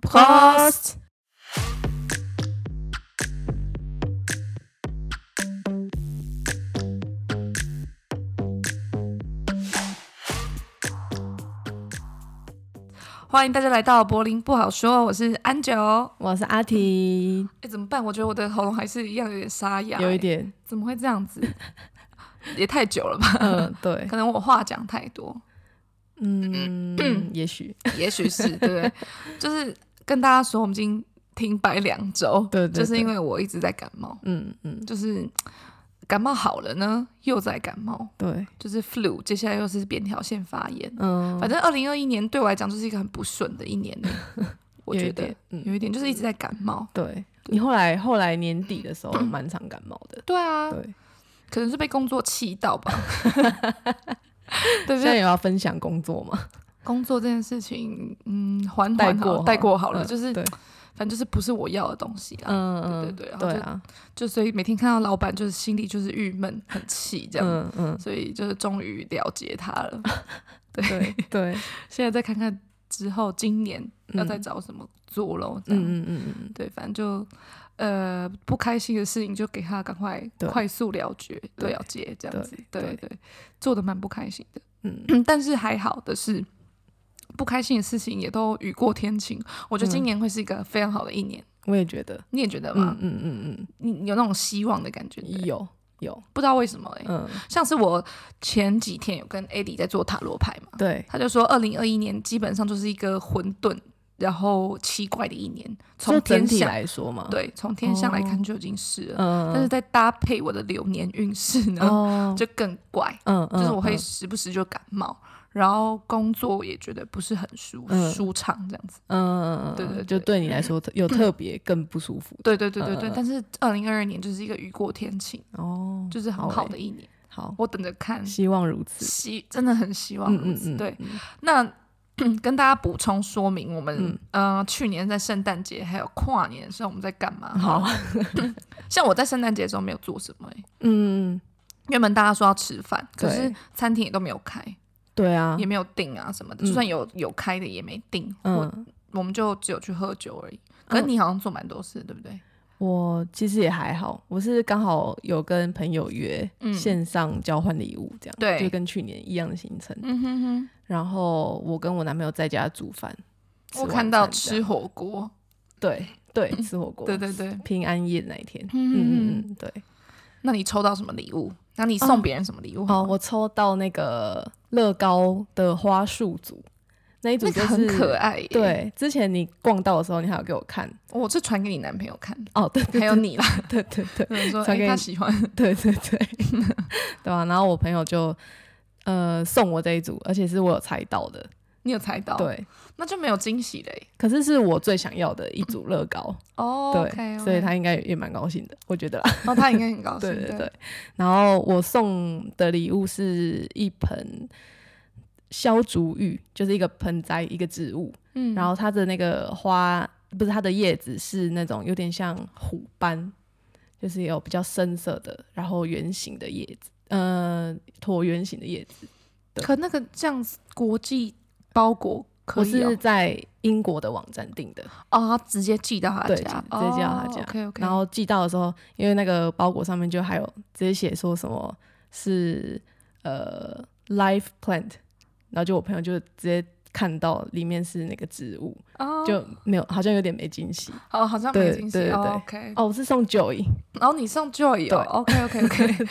Prost！欢迎大家来到柏林不好说，我是安九。我是阿提，哎，怎么办？我觉得我的喉咙还是一样有点沙哑，有一诶，点，怎么会这样子？ 也太久了吧？ 嗯，对，可能我话讲太多，嗯，也许，也许 是对不对？就是跟大家说，我们已经停摆两周，对对就是因对为我一直在感冒，嗯嗯，就是感冒好了呢，又在感冒，对，就是 flu，接下来又是扁桃腺发炎。嗯，反正二零二一年对我来讲就是一个很不顺的一年， 我有觉一得点，嗯，有一点就是一直在感冒。对。你后来后来年底的时候蛮常感冒的，对嗯啊，嗯对。可能是被工作气到 吧。对不现在对？也要分享工作 嘛，工作这件事情，嗯，缓带缓好过带过好了，嗯就是对，反正就是不是我要的东西啦。嗯嗯，对对对然后对就啊，就所以每天看到老板，就是心里就是郁闷、很气这样。嗯嗯，所以就是终于了解他了。 对对，现在再看看之后今年要再嗯找什么做咯，这样。嗯嗯嗯嗯，对，反正就呃不开心的事情就给他赶快对快速了结对了结这样子，对对对做的蛮不开心的，嗯但是还好的是。不开心的事情也都雨过天晴，我觉得今嗯年会是一个非常好的一年，我也觉得，你也觉得吗嗯？嗯嗯你你有那种希望的感觉，对不嗯，对有有，不知道为什么哎、欸，嗯，像是我前几天有跟 AD 在做塔罗牌嘛，对，他就说，二零二一年基本上就是一个混沌，然后奇怪的一年。从就整天体象来说嘛，，对，从天象来看哦就已经是了，嗯，但是再搭配我的流年运势呢，哦，就更怪，嗯，嗯就是我会嗯时不时就感冒，然后工作也觉得不是很舒、嗯舒畅这样子。嗯，嗯嗯对对嗯就对你来说有特别更不舒服对对对对对，嗯嗯嗯但是二零二二年就是一个雨过天晴，哦，就是很好好欸的一年，好，我等着看。希望如此。希真的很希望如此，对，，嗯那 跟大家补充说明，我们、呃去年在圣诞节还有跨年的时候我们在干嘛？ 好，像我在圣诞节的时候没有做什么、欸，嗯，原本大家说要吃饭，可对是餐厅也都没有开，对啊也，没有订啊什么的，嗯就算有有开的也没订，我嗯，我们就只有去喝酒而已。可是嗯你好像做蛮多事，对不对？我其实也还好，我是刚好有跟朋友约嗯线上交换礼物，这样，对就跟去年一样的行程。嗯哼哼，然后我跟我男朋友在家煮饭，吃我晚看到餐这吃，样火锅，对 对，吃火锅，对对对。平安夜那一天，嗯嗯嗯嗯，对。那你抽到什么礼物？那你送别人什么礼物？哦，，我抽到那个乐高的花束组，那一组那就个很是可爱耶。，对，之前你逛到的时候，你还有给我看我是传给你男朋友看，哦，对对还有你啦，对对 对对 说传哎给他你喜欢。 对对对，对啊吧、然后我朋友就呃送我这一组，而且是我有猜到的，你有猜到？，对，那就没有惊喜嘞。可是是我最想要的一组乐高，哦对 o k 所以他应该也也蛮高兴的，我觉得啦， 哦，他应该很高兴。对对对。然后我送的礼物是一盆消竹芋，就是一个盆栽，一个植物。嗯，然后它的那个花不是它的叶子是那种有点像虎斑，就是有比较深色的，然后圆形的叶子，呃，椭圆形的叶子。对可那个这样子国际包裹可我以是哦，在英国的网站订的，哦他直接寄到他家，哦对直接寄到他家 OK OK，然后寄到的时候，因为那个包裹上面就还有直接写说什么是呃 life plant，然后就我朋友就直接看到里面是那个植物，哦就没有好像有点没惊喜。哦好像没对惊喜对对对哦，OK。哦，我是送 Joy，然后你送 Joy 哦，OK OK OK，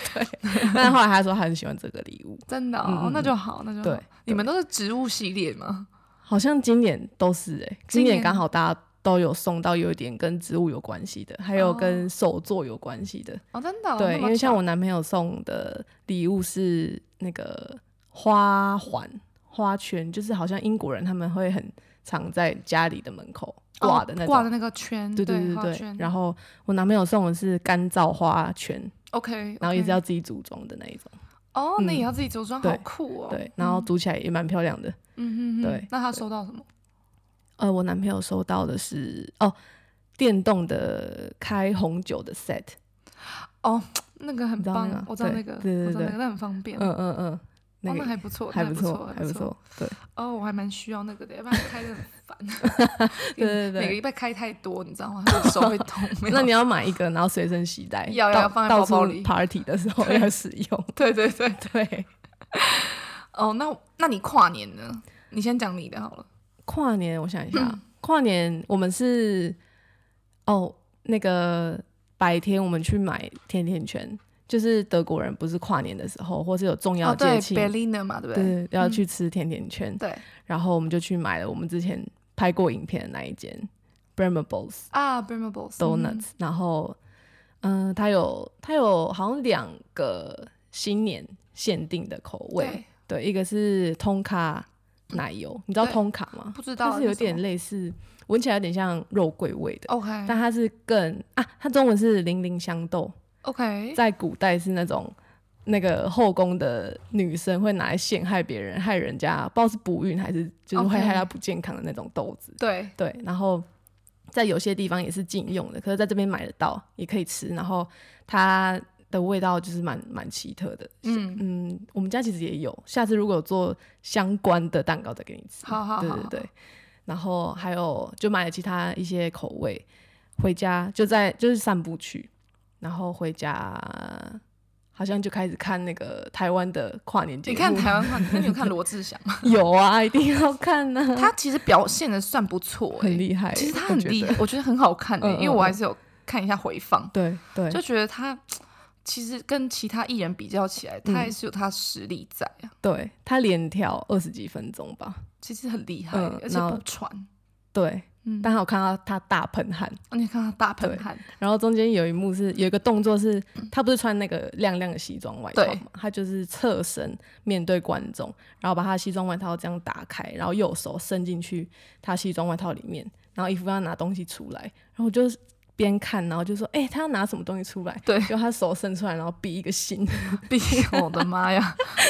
但是后来他说他很喜欢这个礼物。真的嗯哦嗯，那就好，那就好对。你们都是植物系列吗？好像今年都是哎、今今年年刚好大家都有送到有一点跟植物有关系的，还有跟手作有关系的。哦，真的哦。对，那因么为像巧我男朋友送的礼物是那个花环、花圈，就是好像英国人他们会很常在家里的门口哦挂的那种。挂的那个圈，对对画对对圈。然后我男朋友送的是干燥花圈， OK，然后也是要自己组装的那一种。哦，那嗯也要自己组装，对好酷哦。对，然后组起来也蛮漂亮的。嗯嗯嗯，对那他收到什么？呃，我男朋友收到的是哦，电动的开红酒的 set，那个很你知道那棒个，我知道对那个，对对我知道对那个，那很方便。嗯嗯嗯，哦，个那还不错，还那不错，还不错。错，对，哦，我还蛮需要那个的，要不然开的很烦。 对对对每个礼拜开太多，你知道吗？我的手会 痛。没有那你要买一个，然后随身携带， 要到要放在到包包处里 party 的时候对要使用。对对对。对，哦，那那你跨年呢？你先讲你的好了。跨年我想一嗯下，跨年我们是哦，那个白天我们去买甜甜圈，就是德国人不是跨年的时候，或是有重要哦，对嗯节庆， ，Berliner 嘛，对不对？对，要去吃甜甜圈，对然后我们就去买了我们之前拍过影片的那一间 Bremerballs 啊 b r e m a b l e s Donuts，、然后嗯、它有它有好像两个新年限定的口味，对，对，一个是通卡奶油，你知道对通卡吗？不知道它是有那什么哦点类似，闻起来有点像肉桂味的， OK 但它是更啊，它中文是零零香豆， OK，在古代是那种那个后宫的女生会拿来陷害别人，害人家不知道是不孕还是就是会 OK 害她不健康的那种豆子。对对，然后在有些地方也是禁用的，可是在这边买得到，也可以吃。然后它的味道就是蛮蛮奇特的。嗯，嗯，我们家其实也有，下次如果有做相关的蛋糕再给你吃。好好对好对，对，然后还有就买了其他一些口味，回家就在就是散步去，然后回家好像就开始看那个台湾的跨年节你目。看台湾跨年，那你有看罗志祥吗？有啊，一定要看呢、他其实表现的算不错，嗯很。厉害欸，其实他我很觉厉得害，。我觉得很好看欸嗯嗯，因为我还是有看一下回放，对对，就觉得他其实跟其他艺人比较起来，他还是有他实力在啊，对他连跳二十几分钟吧。其实很厉害嗯，而且然后不喘。对，嗯，但还有看到他大喷汗，哦你看他大喷 汗，然后中间有一幕是有一个动作是，他不是穿那个亮亮的西装外套对嘛，他就是侧身面对观众，然后把他的西装外套这样打开，然后右手伸进去他西装外套里面，然后衣服要拿东西出来，然后我就边看，然后就说，哎、他要拿什么东西出来？对就他手伸出来，然后比一个心， 毕竟我的妈呀，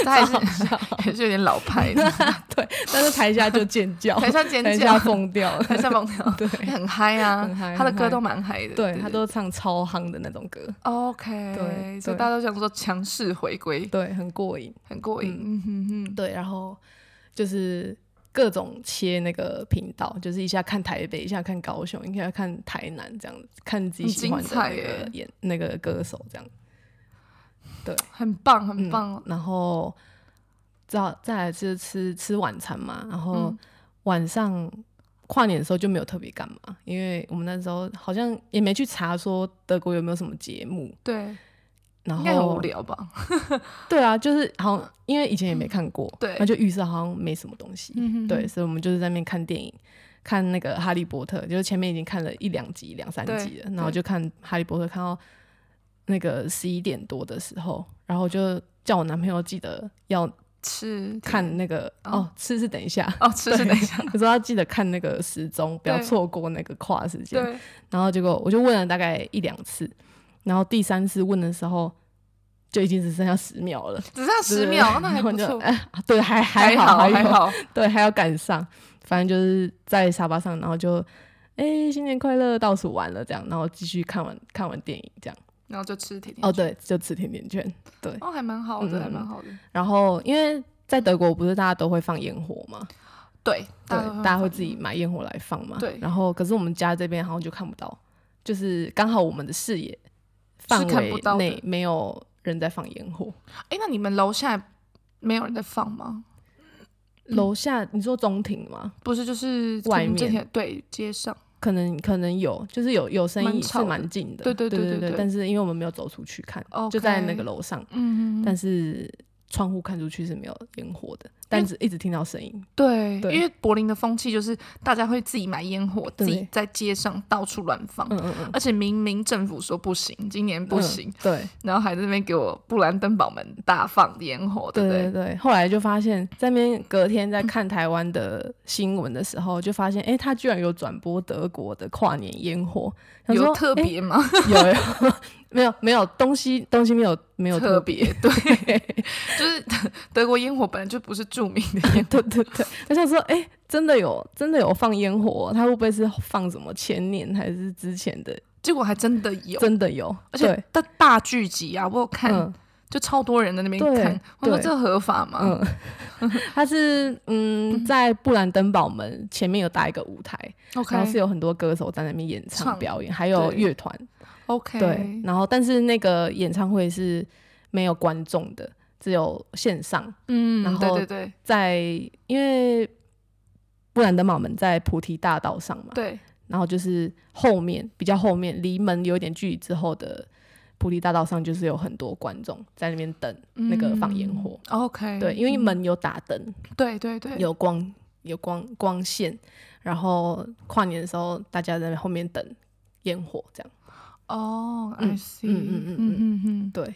他还超是 还是有点老牌的，对，但是台下就尖 叫，台下尖 台叫下疯掉了，台下蹦跳，对很嗨啊很嗨，他的很歌嗨都蛮嗨的，对他都唱超夯的那种歌， OK，对所以对大家都想说强势回归，对，很过瘾。很过瘾，嗯哼哼，对，然后就是各种切那个频道，就是一下看台北，一下看高雄，一下看台南，这样子看自己很喜精欢的彩那耶个演那个歌手这样。对，很棒，嗯很棒哦，然后再再来就是吃吃晚餐嘛，然后嗯晚上跨年的时候就没有特别干嘛，因为我们那时候好像也没去查说德国有没有什么节目，对，应然后该很无聊吧？对啊，就是好像因为以前也没看过，嗯对那就预设好像没什么东西，嗯哼对，所以我们就是在那边看电影，看那个《哈利波特》，就是前面已经看了一两集、两三对集了，然后就看《哈利波特》，看到那个十一点多的时候，然后就叫我男朋友记得要吃看那个哦 哦，吃是等一下。 哦，吃对是等一下，我说要记得看那个时钟，不要对错过那个跨时间。对，然后结果我就问了大概一两次，然后第三次问的时候，就已经只剩下十秒了。只剩下 对十对秒，对那还然后不就错，哎 对，还还还好，还有好， 对，还要赶上，反正就是在沙发上，然后就哎、新年快乐，倒数完了这样，然后继续看完看完电影这样。然后就吃甜甜哦，对，就吃甜甜圈。对，哦，还蛮好的，嗯还蛮好的，然后因为在德国不是大家都会放烟火嘛，对，对，都大家会自己买烟火来放嘛。对然后可是我们家这边好像就看不到，就是刚好我们的视野范看围不到的内没有人在放烟火。哎，那你们楼下没有人在放吗？嗯楼下你说中庭吗？不是，就是外可能这面条对街上，可能可能有，就是有有声蛮音吵是的蛮近的，对对对对对对对但是因为我们没有走出去看 OK 就在那个楼上，嗯，但是窗户看出去是没有烟火的，但是一直听到声音。对，对因为柏林的风气就是大家会自己买烟火，自对己在街上到处乱放，嗯嗯嗯，而且明明政府说不行，今年不行，嗯对然后还在那边给我布兰登堡门大放烟火，对对不对？对对，后来就发现，在那边隔天在看台湾的新闻的时候，就发现，哎、他居然有转播德国的跨年烟火，想说哎有特诶别吗？有有 没有没有东西东西没有没有特特别别，对， 就是德德国烟火本来就不是著名的烟火， 对对对，我想说，哎、真的有，真的有放烟火，哦他会不会是放什么前年还是之前的？结果还真的有，真的有，而且对，大大剧集啊，我有看，嗯，就超多人在那边对看，我说对这合法吗？嗯，它是嗯在布兰登堡门前面有搭一个舞台，然后是 OK 有很多歌手在那边演唱唱表演，还有对乐团， OK，对，然后但是那个演唱会是没有观众的，只有线上。嗯，然对后对对在因为布兰登堡门在菩提大道上嘛，对，然后就是后面比较后面离门有一点距离之后的菩提大道上，就是有很多观众在那边等 那个放烟火。嗯 OK，对，因为嗯门有打灯，对对对有光有光光线，然后跨年的时候大家在后面等烟火，这样哦，I 嗯 see，嗯嗯嗯嗯嗯嗯，对。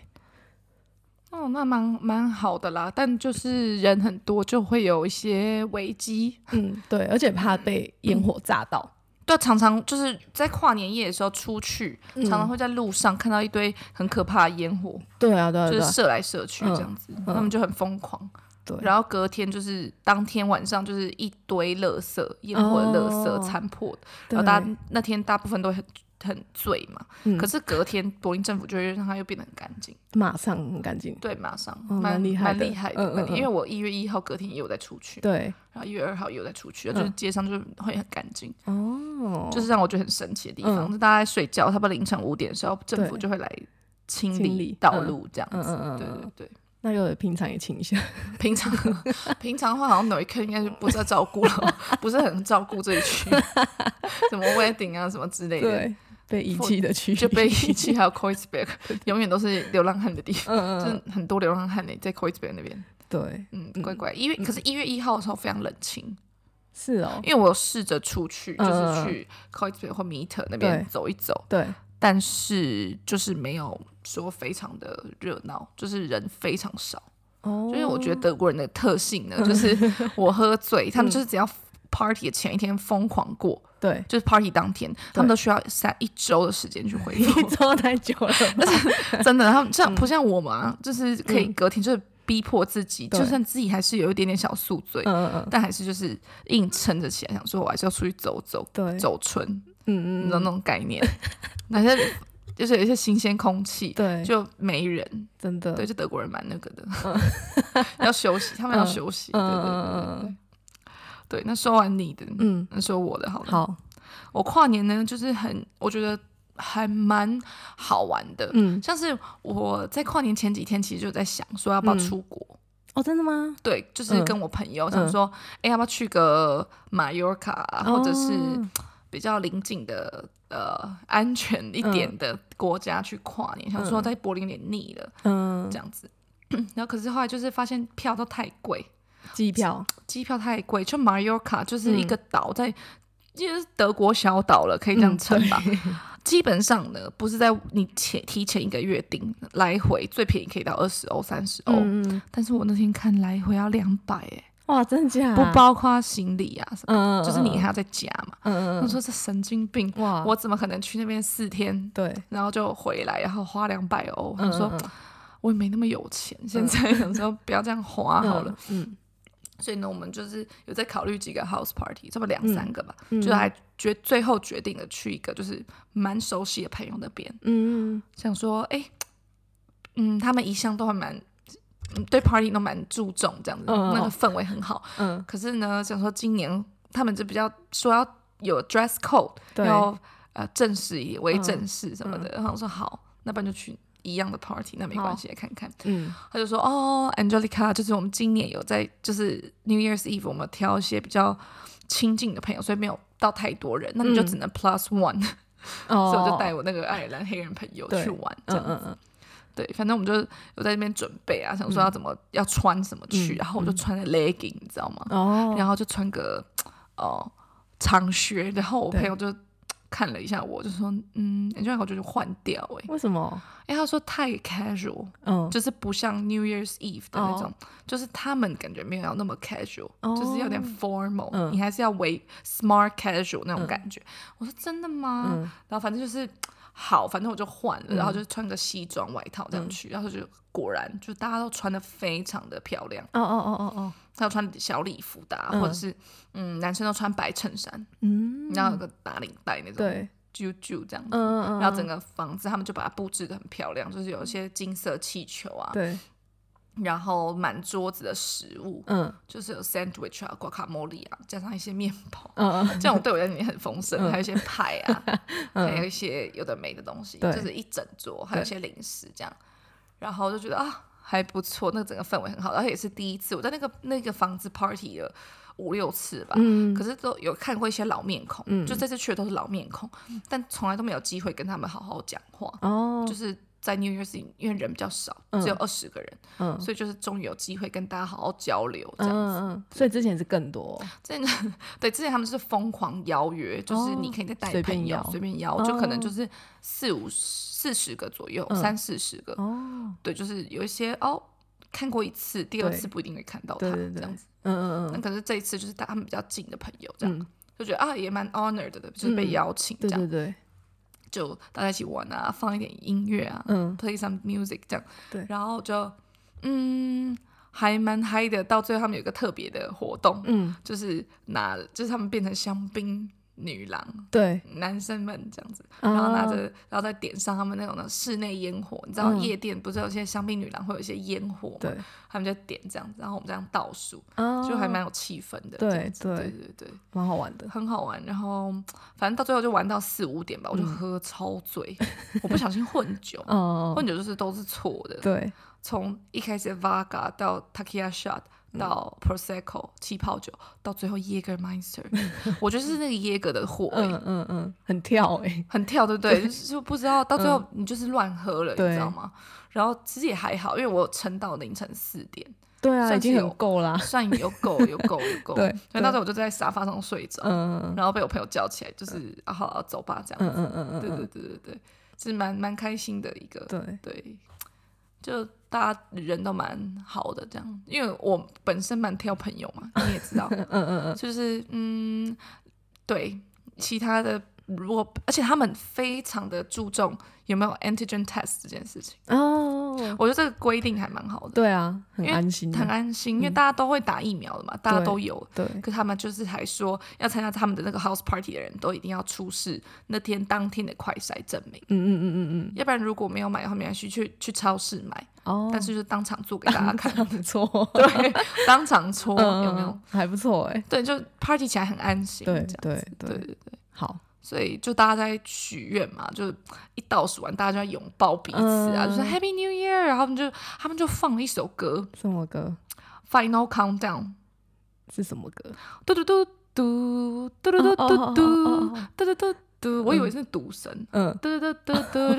哦，那蛮蛮好的啦，但就是人很多就会有一些危机，嗯，对，而且怕被烟火炸到，对，常常就是在跨年夜的时候出去，嗯常常会在路上看到一堆很可怕的烟火，对啊，对啊，就对是啊，射来射去这样子，嗯他们就很疯狂。对然后隔天就是当天晚上就是一堆垃圾，烟火的垃哦圾残破，对然啊后大家那天大部分都很很醉嘛，嗯可是隔天柏林政府就会让它又变得很干净，马上很干净，对，马上哦蛮蛮厉害的蛮厉害的，嗯嗯蛮厉害嗯因为我一月一号隔天也有在出去，对，然后一月二号也有在出去，就是街上就是会很干净，嗯哦，就是让我觉得很神奇的地方，嗯就大家在睡觉，差不多凌晨五点的时候，政府对就会来清清理道路这样嗯子，嗯嗯对嗯对对。那个平常也清一下，平常 平常的话，好像哪一刻应该就不再照顾了， 不是很照顾这一区， 什么 wedding 啊什么之类的，对，被遗弃的区域就被遗弃。还有 k o i s b e r g 永远都是流浪汉的地方， 嗯就嗯，是嗯很多流浪汉呢、在 k o i s b e r g 那边，对，嗯，乖乖。因为可是一月一号的时候非常冷清，是哦，因为我有试着出去，就是嗯去 k o i s b e r g 或 Meter 那边对走一走，对，但是就是没有说非常的热闹，就是人非常少。哦，嗯因为我觉得德国人的特性呢， 就是我喝醉，他们就是只要 party 的前一天疯狂过，对，就是 party 当天，他们都需要三一周的时间去恢 你复。做太久了吧，真的，他们嗯这样不像我们啊，就是可以隔天就是逼迫自己，对就算自己还是有一点点小宿醉，嗯嗯嗯，但还是就是硬撑着起来，想说我还是要出去走走， 对，走春，你嗯知嗯道嗯，那种概念，那些就是有一些新鲜空气，对，就没人，真的，对，就德国人蛮那个的， 要休息，他们要休息，嗯对对对对嗯嗯对。对，那说完你的，嗯，那说我的好了。好，我跨年呢，就是很，我觉得还蛮好玩的。嗯，像是我在跨年前几天，其实就在想说要不要嗯出国。哦，真的吗？对，就是嗯跟我朋友嗯想说，哎、要不要去个马尤卡啊，或者是哦比较临近的呃安全一嗯点的国家去跨年？想说在柏林有点腻了。嗯这，样子。 然后可是后来就是发现票都太贵，机票，机票太贵，就 Mallorca 就是一个嗯岛在。就是德国小岛了，可以这样称吧。嗯基本上呢，不是在你前提前一个月订，来回最便宜可以到二十欧、三十欧。嗯嗯，但是我那天看来回要两百，哎，哇，真的假？不，包括行李啊什么，嗯，就是你还要再加嘛。嗯他嗯说这神经病，嗯，哇，我怎么可能去那边四天，对，然后就回来，然后花两百欧？他嗯说我也没那么有钱，现在 想说不要这样花啊好了。，嗯所以呢，我们就是有在考虑几个 house party，差不多两嗯三个吧，嗯，就还决最后决定了去一个就是蛮熟悉的朋友那边，嗯，嗯想说，哎、嗯，他们一向都还蛮。嗯对 party 都蛮注重这样子，嗯嗯嗯那个氛围很好。嗯，可是呢，想说今年他们就比较说要有 dress code，对，要呃正式一点，为嗯正式什么的。然后我说好，那不然就去一样的 party，那没关好系，来看看。 嗯他就说：“哦，Angelica，就是我们今年有在，就是 New Year's Eve，我们挑一些比较亲近的朋友，所以没有到太多人，那你就只能 plus one、嗯哦，所以我就带我那个爱尔兰黑人朋友对去玩，这嗯样子。嗯嗯，对，反正我们就有在那边准备啊，想说要怎么、要穿什么去，嗯然后我就穿了 legging，你知道吗？哦，然后就穿个哦、长靴，然后我对朋友就。”看了一下我，就说：“嗯，Angelica，我觉得换掉哎、欸，为什么？哎、他说太 casual，嗯，就是不像 New Year's Eve 的那哦种，就是他们感觉没有要那么 casual，、哦就是有点 formal，、嗯你还是要为 smart casual 那种感觉。我说真的吗？嗯然后反正就是好，反正我就换了，嗯然后就穿个西装外套这样去，然后就果然就大家都穿的非常的漂亮，哦哦哦哦哦，还有穿小礼服的、啊嗯或者是嗯男生都穿白衬衫，嗯，然后有个打领带那种，对，啾啾这样子。嗯嗯，然后整个个房子，他们就把它布置的很漂亮，就是有一些金色气球啊，对，然后满桌子的食物，嗯就是有 sandwich 啊、guacamole 啊，加上一些面包，嗯 嗯，这种对我在里面很丰盛，还有一些派 啊，还有一些有的没的东西，对就是一整桌，还有一些零食这样，然后就觉得啊还不错，那整个氛围很好，而且也是第一次我在那个那个房子 party 了五六次吧，嗯可是都有看过一些老面孔，就这次去的都是老面孔，但从来都没有机会跟他们好好讲话，哦就，是在 New Year's Eve，因为人比较少，只有二十个人，嗯所以就是终于有机会跟大家好好交流这嗯样子。嗯嗯，所以之前是更多，真的，对，之前他们是疯狂邀约，就是你可以再带哦随你便朋友邀哦随便邀，就可能就是四五四十个左右，三四十个，嗯哦，对，就是有一些哦，看过一次，第二对次不一定会看到他对对对这样子。嗯嗯那嗯，可是这一次就是他们比较近的朋友 这样，嗯就觉得啊也蛮 honored 的，就是被嗯邀请这对样，对对，就大家一起玩啊，放一点音乐啊，嗯 play some music 这样，对然后就嗯还蛮嗨的，到最后他们有个特别的活动，嗯，就是拿就是他们变成香槟女郎，对，哦男生们这样子，然然后拿着，然后再点上他们那种的室内烟火，你知道嗯夜店不是有些香槟女郎会有一些烟火嘛，对，他们就点这样子，然后我们这样倒数，哦就还蛮有气氛的，对这样子对对对对。蛮好玩的，，很好玩。然后反正到最后就玩到四五点吧，我就喝超醉，我不小心混酒 哦，混酒就是都是错的，对，从一开始的 Vaga 到 Takia Shot。到嗯 Prosecco 气泡酒，到最后 Jägermeister，我觉得是那个耶格的火、嗯嗯嗯，很跳 哎，很跳，对不对？就是就不知道到最后你就是乱喝了，嗯对你知道吗？然后其实也还好，因为我撑到凌晨四点， 对啊，算已经是很有够啦，算有够有够有够。对所以到最后我就在沙发上睡着， 嗯然后被我朋友叫起来，就是啊好啊走吧这样嗯子。嗯嗯对嗯对嗯，对对对，是蛮蛮开心的一个，对，对，就大家人都蛮好的这样，因为我本身蛮挑朋友嘛，你也知道，嗯嗯 嗯，就是嗯，对，其他的如果而且他们非常的注重有没有 antigen test 这件事情，哦，我觉得这个规定还蛮好的，对啊，很因为安心啊，很安心，因为大家都会打疫苗的嘛，大家都有。对，可他们就是还说，要参加他们的那个 house party 的人都一定要出示那天当天的快筛证明。嗯嗯嗯嗯嗯，要不然如果没有买的话，没关系，去去超市买，哦，但是就当场做给大家看， 还不错， 对，当场搓嗯有没？有嗯？还不错哎，对，就 party 起来很安心，对这样对对对，对对，好，所以就大家在许愿嘛，就是一倒数完，大家就要拥抱彼此啊，就说嗯 Happy New Year，然后他们就他们就放了一首歌什么歌？ Final Countdown，是什么歌？嘟嘟嘟嘟嘟嘟嘟嘟哦哦哦嘟哦哦嘟嘟嘟嘟，我以为是赌神，嗯，嘟嘟嘟嘟嘟嘟嘟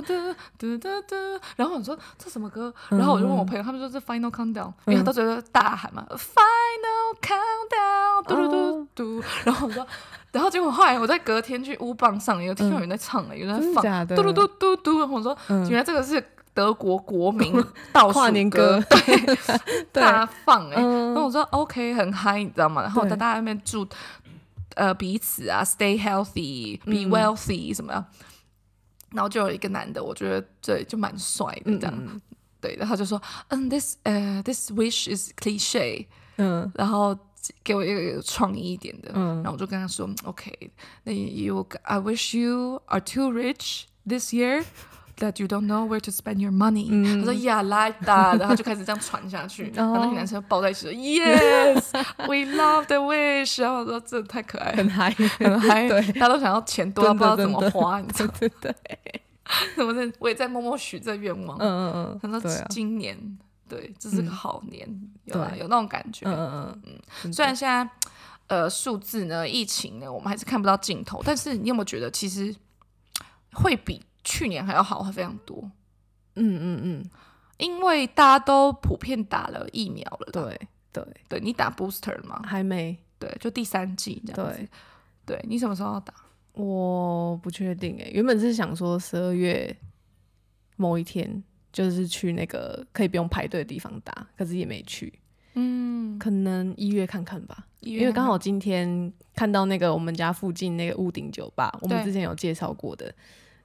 嘟嘟嘟嘟，然后我说这什么歌？然后我就问我朋友，他们说这 Final Countdown，因为他都觉得大喊嘛，Final Countdown，嘟嘟嘟嘟。然后我说，然后结果后来我在隔天去乌棒上，有听到有人在唱了，有人在真的放，假的？嘟嘟嘟嘟嘟。然后我说，嗯原来这个是德国国 民倒数跨年歌歌， 对，大放哎。然后嗯，我说 OK，很嗨，你知道吗？然后对在大家那边祝呃彼此啊，stay healthy，be 嗯 wealthy、什么的。然后就有一个男的，我觉得对，就蛮帅的嗯这样。对，然后他就说，嗯，this 呃、this wish is cliche，嗯然后给我一个有创意一点的。嗯然后我就跟他说，OK，那 you I wish you are too rich this year。That you don't know where to spend your money，、他说嗯 Yeah, like that，然后就开始这样传下 去，然后那个男生抱在一起说 Yes, we love the wish，然后我说这太可爱了很，嗨， 很嗨，对大家都想要钱多，真不知道的怎么真的花，你知对道 对对，吗？ 我在我也在默默许这愿望，嗯嗯他嗯，说对啊，嗯今年对，这是个好年，有啦对有那种感觉，嗯嗯嗯，真的虽然现在呃数字呢，疫情呢，我们还是看不到尽头，但是你有没有觉得其实会比去年还要好非常多？嗯嗯嗯，因为大家都普遍打了疫苗了，对对，对，你打 booster 了吗？啊还没，对，就第三剂这样子对。对，你什么时候要打？我不确定哎，原本是想说十二月某一天。就是去那个可以不用排队的地方打，可是也没去，嗯，可能一月看看吧。因因为刚好今天看到那个我们家附近那个屋顶酒吧，我们之前有介绍过的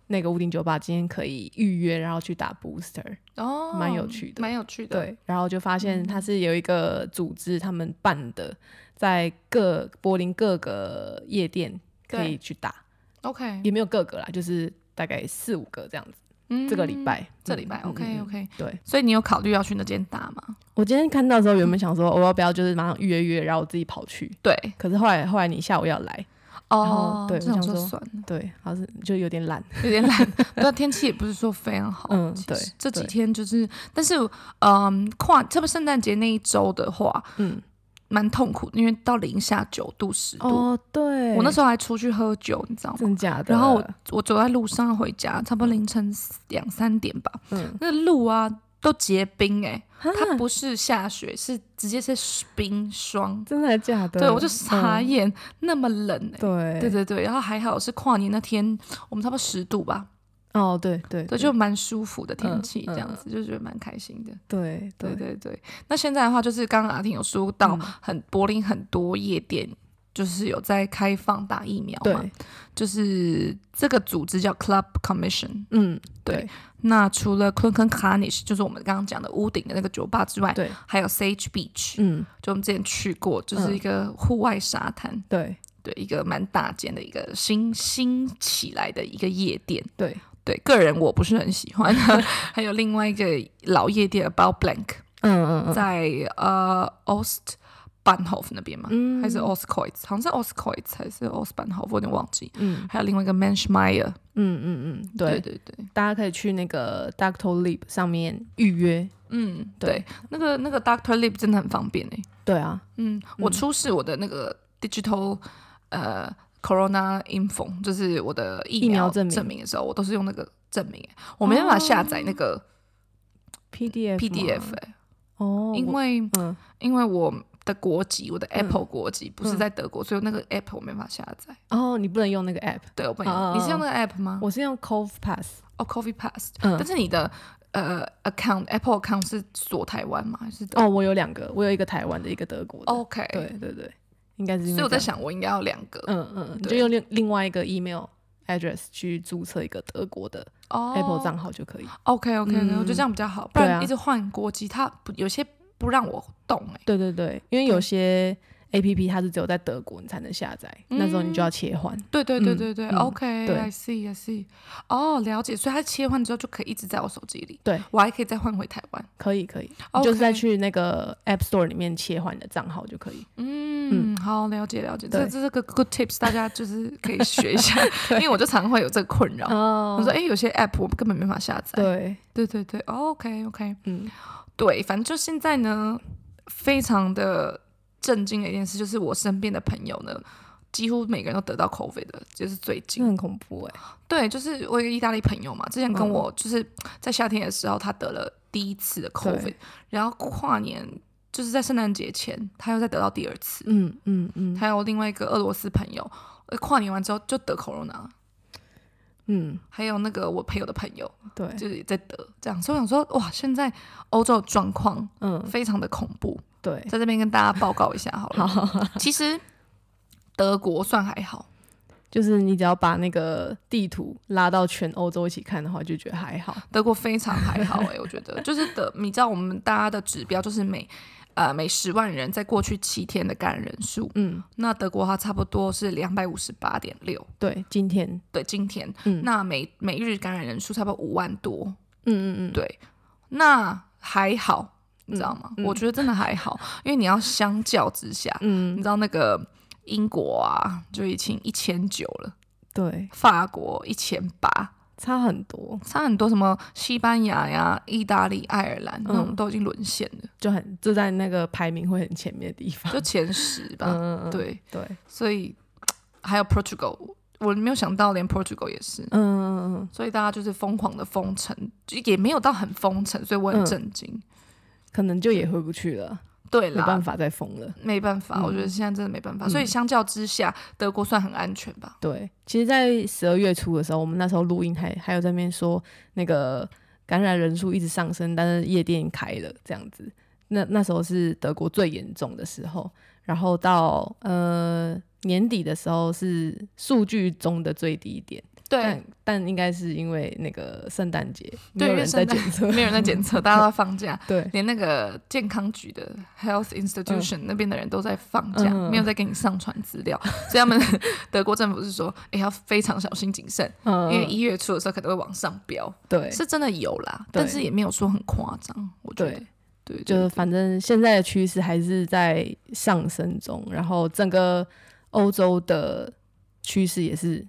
那个屋顶酒吧，今天可以预约，然后去打 booster。哦，蛮有趣的蛮有趣的。嗯对，然后就发现它是有一个组织他们办的，在各柏林各个夜店可以去打， OK，也没有个个啦，就是大概四五个这样子。嗯这个礼拜，这礼拜嗯嗯 OK 嗯 OK，对所以你有考虑要去那间打吗？我今天看到的时候，原本想说我要不要就是马上预约约，然后我自己跑去。对，可是后来后来你下午要来，哦，对这我种想就说算了，对，还是就有点懒。有点懒。 对，天气也不是说非常好。嗯其对实这几对天就是，但是嗯，跨特别圣诞节那一周的话， 嗯，蛮痛苦，因为到零下九度十度。哦，对，我那候时候还出去喝酒，你知道吗？真假的，然后我我走在路上回家，差不多凌晨两三点吧，嗯，啊那路啊都结冰哎、它 哈不是下雪，是直接是冰霜。真的假的？对，我就傻嗯眼，那么冷哎、对对对对，然后还好是跨年那天，我们差不多十度吧，哦，对对对，就蛮舒服的天嗯气，这样嗯子、就觉得蛮开心的。对对对对，那现在的话，就是刚刚阿婷有说到嗯很，柏林很多夜店就是有在开放打疫苗嘛对，，就是这个组织叫 Club Commission。嗯，对那除了 c l u n k e n c a r n i s h 就是我们刚刚讲的屋顶的那个酒吧之外，对，还有 Sage Beach，、嗯，就我们之前去过，就是嗯一个户外沙滩，对对，一个蛮大间的一个新新起来的一个夜店。对，对，个人我不是很喜欢。 还有另外一个老夜店 About Blank，嗯嗯嗯，在呃 Ost Bahnhof 那边嘛，嗯还是 Ostkreuz，好像是 Ostkreuz 还是 Ost Bahnhof，我有点忘记。嗯还有另外一个 Menschmeyer，嗯嗯嗯，对对，对对，大家可以去那个 Doctor Lib 上面预约。嗯，对对，那个那个 Doctor Lip 真的很方便哎、对啊，嗯，我出示我的那个 digital 呃 corona info，就是我的疫疫苗证证明的时候，我都是用那个证明、欸，我没办法下载那个 PDF 吗 PDF 哎、哦，因为我嗯因为我的国籍，我的 Apple 国籍不是在德国，所以那个 App 我没办法下载。哦，你不能用那个 app，对，我不能用。哦你是用那个 App 吗？我是用 Cove Pass，哦，Coffee Pass，、嗯但是你的呃 account Apple account 是锁台湾吗？还是德哦，我有两个，我有一个台湾的，一个德国的。 ？OK，对对对，应该是因为所以我在这样，想，我应该要两个。嗯嗯，你就对用另另外一个 email address 去注册一个德国的哦 Apple 账号就可以。 OK OK，、嗯我觉得这样比较好，不对啊然一直换国籍，它不有些不让我动哎、对对对，因为有些 A P P 它是只有在德国你才能下载，那时候你就要切换。对对对嗯对对、嗯 o k 对 I see I see，哦，了解，所以它切换之后就可以一直在我手机里，对，我还可以再换回台湾。可以可以， OK 你就是再去那个 App Store 里面切换你的账号就可以。嗯，好，了解了解，这对这是个 good tips，大家就是可以学一下，因为我就常会有这个困扰。哦我说，哎、有些 app 我根本没法下载。对，对对对、o k OK，嗯对，反正就现在呢，非常的震惊的一件事，就是我身边的朋友呢，几乎每个人都得到 COVID 的，就是最这近。很恐怖哎、对，就是我有一个意大利朋友嘛，之前跟嗯我就是在夏天的时候，他得了第一次的 COVID，对然后跨年就是在圣诞节前，他又再得到第二次。嗯嗯嗯还有另外一个俄罗斯朋友，呃跨年完之后就得 corona，嗯，还有那个我朋友的朋友对，就是也在得这样，所以我想说，哇，现在欧洲的状况嗯非常的恐怖，对，在这边跟大家报告一下好了。好，其实德国算还好，就是你只要把那个地图拉到全欧洲一起看的话，就觉得还好。德国非常还好哎、我觉得就是德，你知道我们大家的指标就是每呃每十万人在过去七天的感染人数，嗯，那德国它差不多是两百五十八点六，对，今天，对，今天，嗯那每每日感染人数差不多五万多，嗯嗯嗯，对，那还好，你知道吗？嗯嗯我觉得真的还好，因为你要相较之下，你嗯知道那个英国啊，就已经一千九了，对，法国一千八，差很多，差很多。什么西班牙呀、意大利、爱尔兰那种嗯都已经沦陷了，就很就在那个排名会很前面的地方。就前十吧。嗯嗯，嗯对，对，所以还有 Portugal，我没有想到连 Portugal 也是。嗯嗯嗯。所以大家就是疯狂的封城，就也没有到很封城，所以我很嗯震惊。可能就也回不去了，对没啦，办法再封了。没办嗯法，我觉得现在真的没办法。所以相较之下，德国算很安全吧？对，其实，在十二月初的时候，我们那时候录音还还有在那边说，那个感染人数一直上升，但是夜店开了这样子。那那时候是德国最严重的时候，然后到呃年底的时候是数据中的最低点，对但但应该是因为那个圣诞节，没对，有因为人圣在诞检测 ，没有人在检 测，大家都在放假，对，连那个健康局的 health institution、那边的人都在放假，嗯嗯嗯嗯没有在给你上传资料，所以他们 德国政府是说，哎、要非常小心谨慎，嗯，因为一月初的时候可能会往上飙，对是真的有啦，对但是也没有说很夸张，我觉得对，对，对就是对反正现在的趋势还是在上升中，然后整个欧洲的趋势也是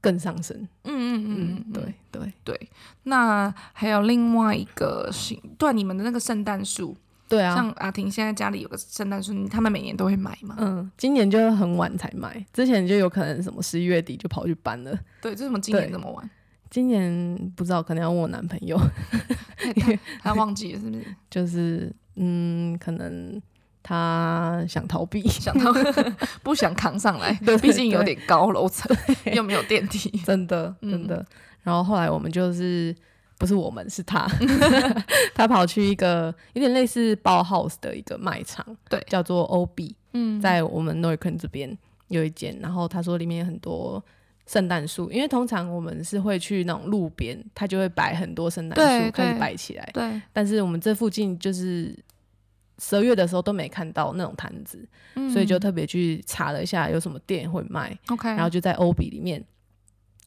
更上升。嗯嗯嗯嗯嗯，，对对对。那还有另外一个行，对，你们的那个圣诞树，对啊，像阿婷现在家里有个圣诞树，你他们每年都会买吗？嗯，今年就很晚才买，之前就有可能什么十一月底就跑去搬了。对，这怎么今年对这么晚？今年不知道，可能要问我男朋友，太太他忘记了是不 是？就是嗯，可能他想逃避，想到 不想扛上来 对，对毕竟有点高楼层，又没有电 梯。真的嗯真的。然后后来我们就是不是我们是 他，他跑去一个有点类似包 house 的一个卖场，对叫做 OB，嗯，在我们 n o r c o n 这边有一间。然后他说里面有很多圣诞树，因为通常我们是会去那种路边，他就会摆很多圣诞对树开始对摆起来。对，但是我们这附近就是十二月的时候都没看到那种摊子，所以就嗯特别去查了一下有什么店会卖。 OK，然后就在欧比里面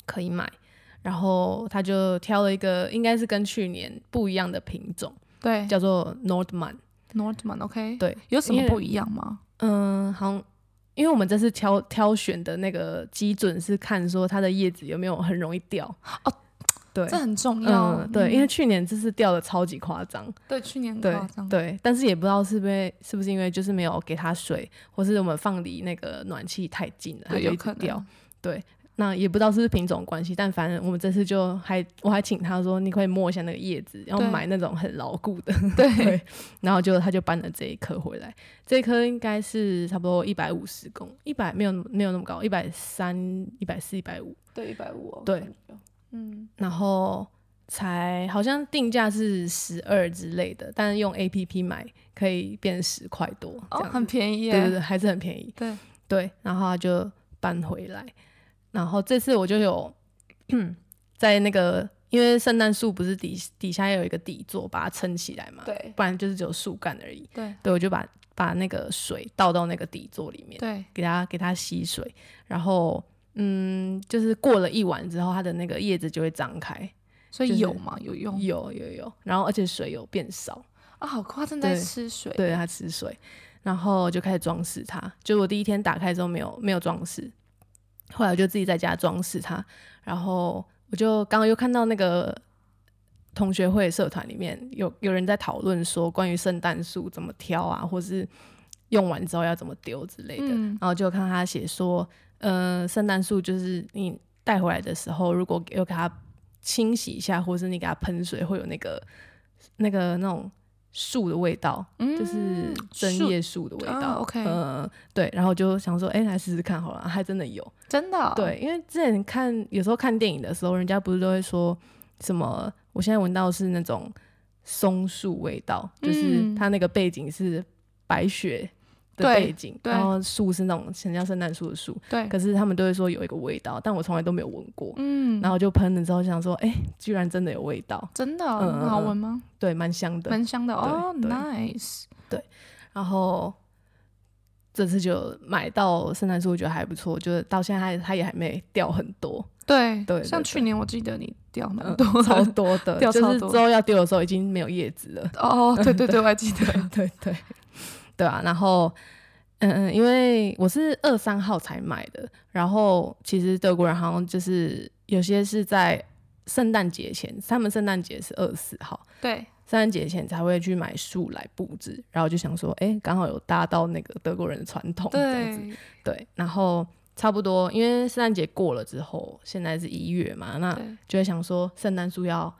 可以买。然后他就挑了一个，应该是跟去年不一样的品种，对叫做 Nordman。 Northman OK，对，有什么因为不一样吗？嗯，好像因为我们这次挑挑选的那个基准是看说它的叶子有没有很容易掉。哦， 对，这很重要嗯，。对，因为嗯去年这次掉的超级夸张，对去年很对夸张，对，但是也不知道是不是是不是因为就是没有给它水，或是我们放离那个暖气太近了，它对就有一可能直掉。那也不知道是不是品种关系，但反正我们这次就还我还请他说，你可以摸一下那个叶子，然后对买那种很牢固的。对 对，然后就他就搬了这一颗回来，这一颗应该是差不多一百五十公，一百没有没有那么高，一百三、一百四、一百五，对一百五，哦对感觉，嗯，然后才好像定价是十二之类的，但是用 A P P 买可以变十块多，这哦，样、很便宜对对耶，对，还是很便宜。对，对，然后他就搬回来。然后这次我就有 在那个，因为圣诞树不是底底下有一个底座把它撑起来嘛，对不然就是只有树干而已。对对，我就把把那个水倒到那个底座里面，对，给它给它吸水，然后嗯，就是过了一晚之后，它的那个叶子就会张开，所就以是有吗？有用有有有，然后而且水有变少，啊，好夸张，在对吃水，对，它吃水，然后就开始装饰它。就我第一天打开之后没有没有装饰，后来我就自己在家装饰它，然后我就刚刚又看到那个同学会社团里面有有人在讨论说关于圣诞树怎么挑啊，或是用完之后要怎么丢之类的，嗯然后就看他写说，呃，圣诞树就是你带回来的时候，如果有给它清洗一下，或是你给它喷水，会有那个那个那种树的味道，嗯就是针树叶树的味道。啊，OK 呃，对，然后就想说，哎、来试试看好了，还真的有。真的哦，对，因为之前看有时候看电影的时候，人家不是都会说什么？我现在闻到的是那种松树味道，就是嗯它那个背景是白雪的对背景，对然后树是那种很像圣诞树的树，对，可是他们都会说有一个味道，但我从来都没有闻过。嗯，然后就喷了之后，想说，哎、居然真的有味道，真的哦嗯很好嗯嗯闻吗？对，蛮香的。蛮香的哦对，nice，然后这次就买到圣诞树，我觉得还不错，就是到现在它它也还没掉很多，对对对像对去年我记得你掉蛮嗯多的 超多的，掉就超是多之后要丢的时候已经没有叶子了。 哦，对对对，我还记得，对对对啊，然后嗯嗯，因为我是二三号才买的，然后其实德国人好像就是有些是在圣诞节前，他们圣诞节是二四号，对，圣诞节前才会去买树来布置，然后就想说，哎，刚好有搭到那个德国人的传统这样子，对对，然后差不多，因为圣诞节过了之后，现在是一月嘛，那对，就会想说圣诞树要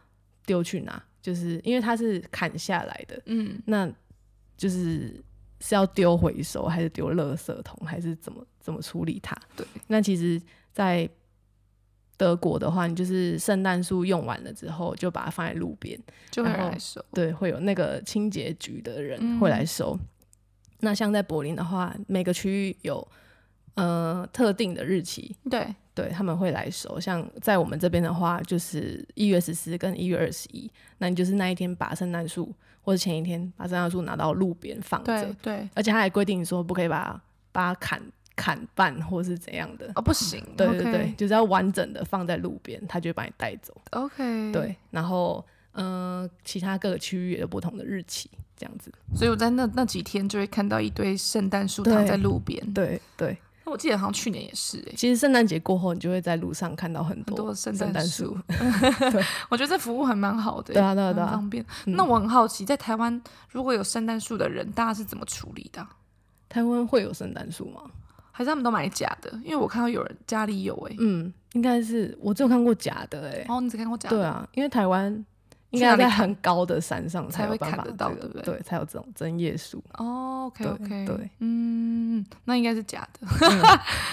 丢去哪，就是因为它是砍下来的，嗯，那就是是要丢回收还是丢垃圾桶，还是怎么怎么处理它？对，那其实，在德国的话，你就是圣诞树用完了之后，就把它放在路边，就会有然人后来收，对，会有那个清洁局的人嗯会来收。那像在柏林的话，每个区域有呃特定的日期，对，对他们会来收。像在我们这边的话，就是一月十四跟一月二十一，那你就是那一天把圣诞树或者前一天把圣诞树拿到路边放着对，，对，而且他还规定说不可以把把它砍砍半或是怎样的。哦，不行，对对对就是要完整的放在路边，他就会把你带走。 ，OK，，对，然后嗯、呃其他各个区域也有不同的日期，这样子。所以我在那那几天就会看到一堆圣诞树对躺在路边，对对，那我记得好像去年也是、欸，其实圣诞节过后，你就会在路上看到很很多多圣诞诞树 树。我觉得这服务还蛮好的、欸，对啊对啊很对啊方便。那我很好奇，在台湾如果有圣诞树的人，大家是怎么处理的啊？台湾会有圣诞树吗？还是他们都买假的？因为我看到有人家里有哎、欸嗯，应该是我只有看过假的哎、哦，你只看过假的？对啊，因为台湾应去哪该要里在砍很高的山上才有会办砍法得这到个对不对对，才有这种针叶树，哦，OK 对 OK，对，嗯，那应该是假 的。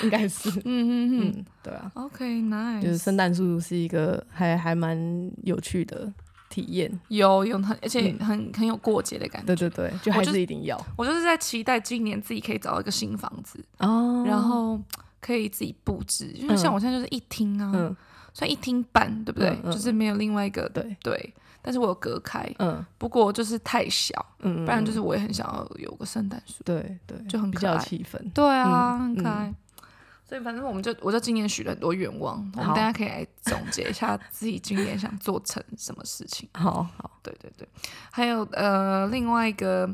应该是， 嗯嗯嗯嗯，对啊， ，OK，nice，、就是圣诞树是一个还还蛮有趣的体验，有有很，而且很、很有过节的感觉。嗯对对对，就我还就是一定要我就是在期待今年自己可以找到一个新房子，哦然后可以自己布置，因为像我现在就是一厅啊，嗯算一厅半，对不对？嗯嗯就是没有另外一个对对，但是我有隔开，嗯不过就是太小，嗯，不然就是是我也很想要有个圣诞树。对对，就很比可较有爱气氛，对啊，嗯很可爱。所以反正我们就我就今年许了很多愿望，我们好大家可以来总结一下自己今年想做成什么事情。好好，对对对，还有呃另外一个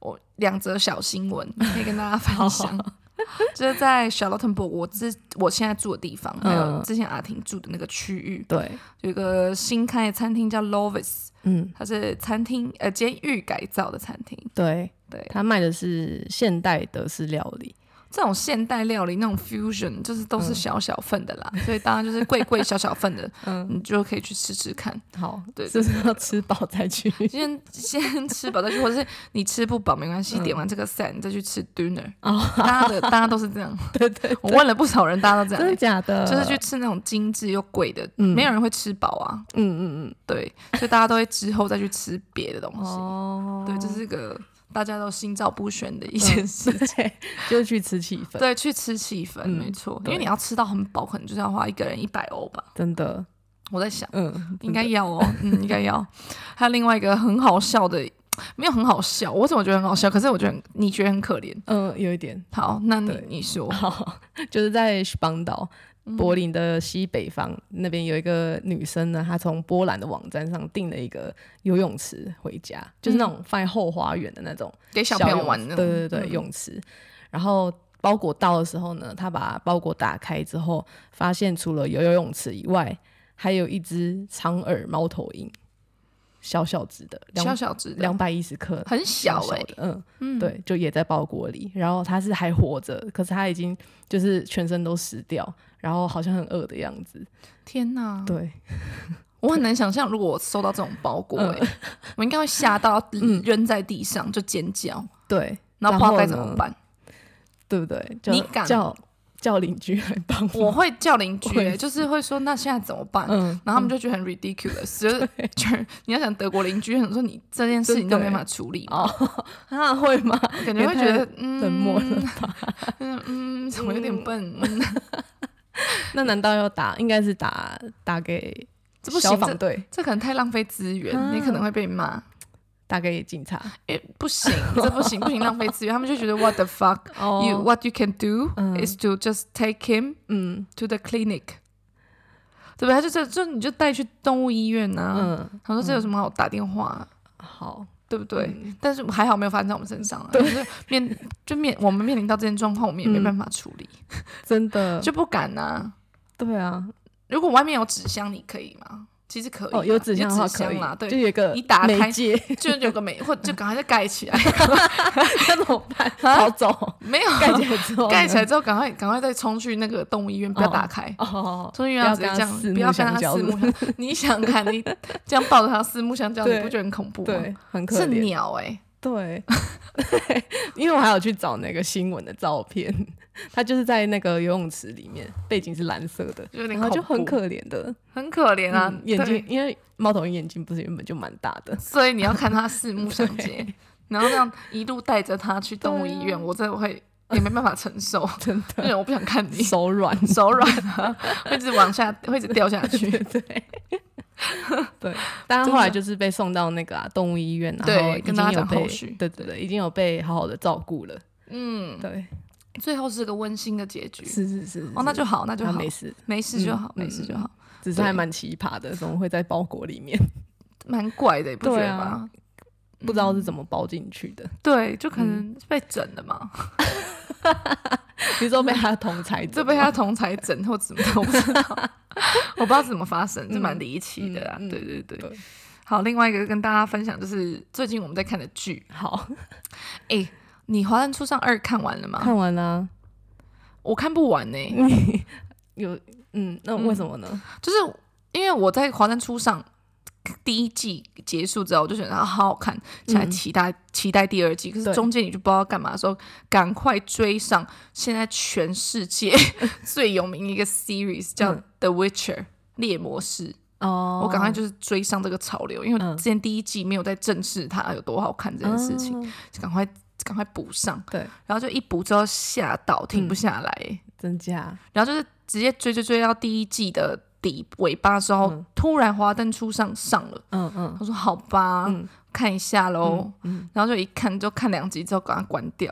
我两则小新闻可以跟大家分享。 就是在小劳 o 伯，我之我现在住的地方，还有嗯之前阿婷住的那个区域，对，有一个新开的餐厅叫 Lovis，嗯它是餐厅呃监狱改造的餐厅，对，对，他卖的是现代德式料理，这种现代料理那种 fusion 就是都是小小份的啦，所以当然就是贵贵小小份的， 嗯，你就可以去吃吃看。好，对 是不是要吃饱再去？先先吃饱再 去，或者是你吃不饱没关系，点完这个 set 你再去吃 dinner。嗯哦，大家的大家都是这样， 对 对，我问了不少人，大家都这真的样。假的？就是去，吃那种精致又贵的，嗯没有人会吃饱啊，嗯嗯对，所以大家都会之后再去吃别的东嗯，西，哦对，这、是个大家都心照不宣的一嗯件事情。对，就是去吃气氛，对，去吃气氛，嗯没错，因对为你要吃到很饱，可能就是要花一个人一百欧吧，真的，我在想。嗯，应该要哦，嗯，应该要。还有另外一个很好笑的，没有很好笑，我怎么觉得很好笑？可是我觉得很你觉得很可怜。嗯、有一点。好，那你对你说，好，就是在邦岛，柏林的西北方、那边有一个女生呢，她从波兰的网站上订了一个游泳池回家，就是那种放在后花园的那种给小朋友泳玩池那种，对对对，嗯泳池。然后包裹到的时候呢，她把包裹打开之后，发现除了有游泳池以外，还有一只长耳猫头鹰，小小只的，小两小只的，两百一十克，很小小哎、的嗯。嗯，对，就也在包裹里。然后他是还活着，可是他已经就是全身都湿掉，然后好像很饿的样子。天哪，对，我很难想象，如果我收到这种包裹、嗯欸，我应该会吓 到，扔在地上就尖叫，对，然后不知道该呢怎么，办。对不对？叫你敢叫叫邻居来帮忙我会叫邻居、 我也欸，就是会说，那现在怎么办？ 嗯，然后他们就觉得很 ridiculous，就是就是 你要想德国邻居，很说你这件事情都没办法处理嘛，哦，啊会吗？感觉会觉也得太嗯冷漠了嗯嗯，怎么有点笨？嗯 那难道要打？应该是打打给这不行消防队，这可能太浪费资源，啊你可能会被骂。打给警察。 诶，不行，这不行，不行，浪费资源。他们就觉得 What the fuck 哦 you What you can do 嗯 is to just take him 嗯 to the clinic，对不对？他就这就你就带去动物医院呐。嗯，他说这有什么好打电话啊，好，对不对？嗯但是还好没有发生在我们身上啊，就是面就面我们面临到这件状况，我们也没嗯办法处理，真的就不敢呐。对啊。如果外面有纸箱，你可以吗？其实可以啦，啊哦，有纸箱的话有纸可箱啦，以，就对，有一个你打开媒介， 就有个美，或就赶快再盖起来，那怎么 办？逃走？没有盖起来之后呢，盖起来之后，赶快赶快再冲去那个动物医院，不要打开。哦，冲去医不院要直接这跟它样，四不要目跟相他交四是目相。 你想看你这样抱着它四目相交，你对不觉得很恐怖吗？对，很可是怜。鸟哎，对， 因为我还有去找那个新闻的照片， 它就是在那个游泳池里面，背景是蓝色的，就有点然后就恐很怖可怜的，很可怜啊嗯，眼对，，睛因为猫头鹰眼睛不是原本就蛮大的，所以 你要看它四目相接，然后这样一路带着它去动物医院，我真的会也没办法承受，啊 真那的种我不想看你手软，手软啊，会一直往下，会一直掉下去。对 对对，但后来就是被送到那个啊动物医院，然后对已跟经大家有讲被后续对对对，已经有被好好的照顾了。嗯，对，最后是个温馨的结局。是是是，哦，那就好，那就那好，没事，没事就好，嗯没事就好，只是对还蛮奇葩的，怎么会在包裹里面？嗯蛮怪的，你不觉对得啊吗？嗯不知道是怎么嗯包进去的。对，就可能被整了嘛，你说被他的同才就者吗，被他同才整或怎么的，我不知道，我不知道怎么发生，这蛮离奇的啊。嗯嗯嗯对对对。对好，另外一个跟大家分享就是最近我们在看的剧，好哎、你《华灯初上二》看完了吗？看嗯完啦。我看不完呢、 有嗯，那为什么呢？就是因为我在《华灯初上》第一季结束之后，我就觉得它好好看，起来嗯期待、期待第二季。可是对中间你就不知道干嘛的时候，赶快追上现在全世 界最有名一个 series 叫《嗯 The Witcher》。猎魔士，哦我赶快就是追上这个潮流，因为嗯之前第一季没有在正视它有多好看这件事情，哦就赶快赶快补上，对，然后就一补之后吓到嗯停不下来、欸真假然后就是直接追追追到第一季的底尾巴的时候，嗯突然《华灯初上》上了，嗯嗯他说好吧，嗯看一下喽，嗯，然后就一看就看两集之后把它关掉，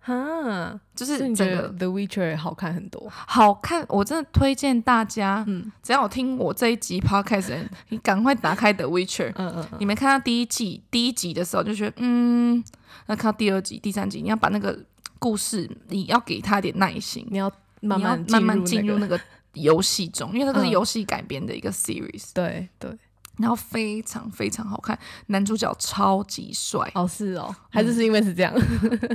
哈，就所以是你整觉得个《The Witcher》好看很多？好看，我真的推荐大家，嗯只要有听我这一集 podcast 的人，你赶快打开《The Witcher》。嗯嗯嗯，你没看到第一季第一集的时候，就觉得嗯，那看到第二集、第三集，你要把那个故事，你要给他一点耐心，你要慢你要慢慢慢进入入那那个，个游戏中，因为它都是嗯游戏改编的一个 series，、对对，，然后非常非常好看，男主角超级帅哦是哦，还是是因为是这样，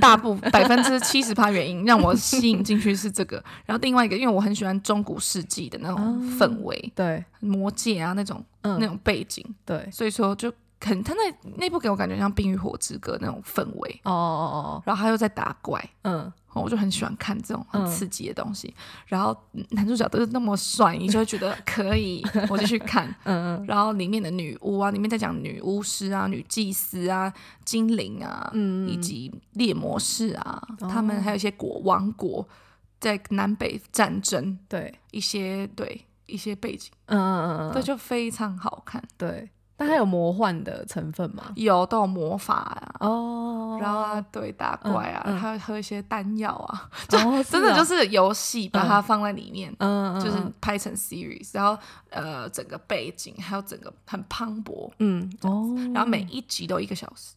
大部百分 之七十趴原因让我吸引进去是这个， 然后另外一个，因为我很喜欢中古世纪的那种氛围， 对，魔界啊那种、那嗯种背景，对，所以说就很他那那部给我感觉像《冰与火之歌》那种氛围，哦哦哦哦，然后他又在打怪。嗯，哦，我就很喜欢看这种很嗯刺激的东西，然后嗯男主角都是那么帅，你就会觉 得可以，我就去看。嗯嗯然后里面的女巫啊，里面在讲女巫师啊、女祭司啊、精灵啊，嗯以及猎魔士啊，哦他们还有一些国王国在南北战争对，一些对一些背景，嗯嗯嗯对，嗯，就非常好看，对，但它有魔幻的成分嘛？有都有魔法啊。哦，然 后啊，对打怪啊，嗯嗯还有喝一些丹药啊，哦真的哦就是游戏把它放在里面，嗯，嗯就是嗯拍成 series，然后呃整个背景还有整个很磅礴，嗯哦，然后每一集都一个小时，嗯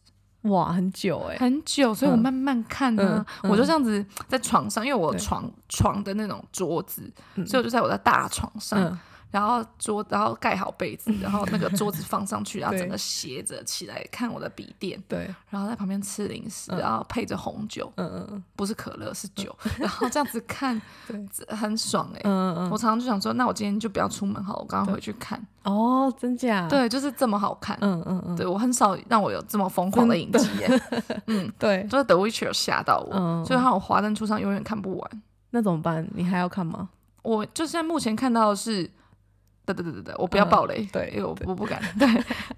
哇很久哎，很久，所以我慢慢看啊。嗯嗯我就这样子在床上，因为我对床床的那种桌子，嗯所以我就在我的大床上，嗯然后桌然后盖好被子，然后那个桌子放上去，然后对整个斜着起来看我的笔电。对，然后在旁边吃零食，嗯然后配着红酒，嗯嗯嗯不是可乐是酒，然后这样子看对，很爽哎、嗯嗯我常常就想说，那我今天就不要出门好了，我刚刚回去看。嗯，哦真假？，对，就是这么好看。嗯嗯嗯，对我很少让我有这么疯狂的影集 耶，对，就是《The Witcher》有吓到我，嗯所以还有《华灯初上》永远看不完。那怎么办？你还要看吗？我就现在目前看到的是，对对对对对，我不要嗯暴雷，对因为我对我不敢。对，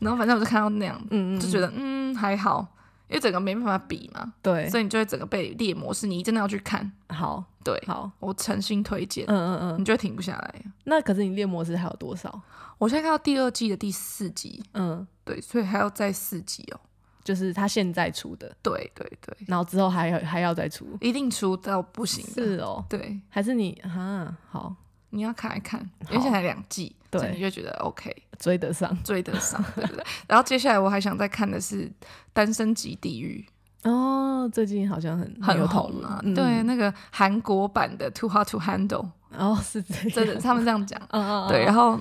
然后反正我就看到那样，嗯就觉得嗯还好，因为整个没办法比嘛，对，所以你就会整个被猎魔式，你真的要去看。好对，好，我诚心推荐，嗯嗯你嗯，就会停不下来。那可是你练模式还有多少？我现在看到第二季的第四集，嗯，对，所以还要再四集哦。就是他现在出的，对对对，然后之后还要还要再出，一定出到不行的。是哦，对，还是你哈好你要看一看，因为现在才两季，对所以你就觉得 OK 追得上追得上，对不对？ 然后接下来我还想再看的是《单身级地狱哦？最近好像很》，有很讨红论啊，嗯对，那个韩国版的《Too Hard to Handle 哦是这》，样，真的他们这样讲，嗯 嗯，嗯对，然，后。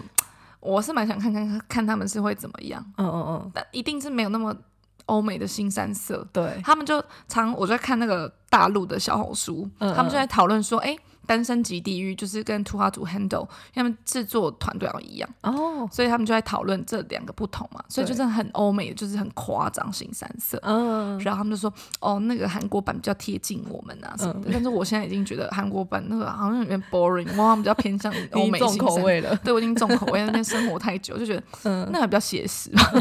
我是蛮想看看看他们是会怎么样，嗯嗯嗯，但一定是没有那么欧美的新三色，对，他们就常我在看那个大陆的小红书，嗯他们就在讨论说，哎、单身级地狱，就是跟图哈族 handle 因为他们制作团队要一样，哦，所以他们就在讨论这两个不同嘛，所以就是很欧美，就是很夸张型三色。嗯，然后他们就说，哦，那个韩国版比较贴近我们啊什么嗯的。但是我现在已经觉得韩国版那个好像有点 boring，我好像比较偏向欧 你美重型口三味了，对，我已经重口味，在那边生活太久，就觉得 嗯，那还比较写 实吧。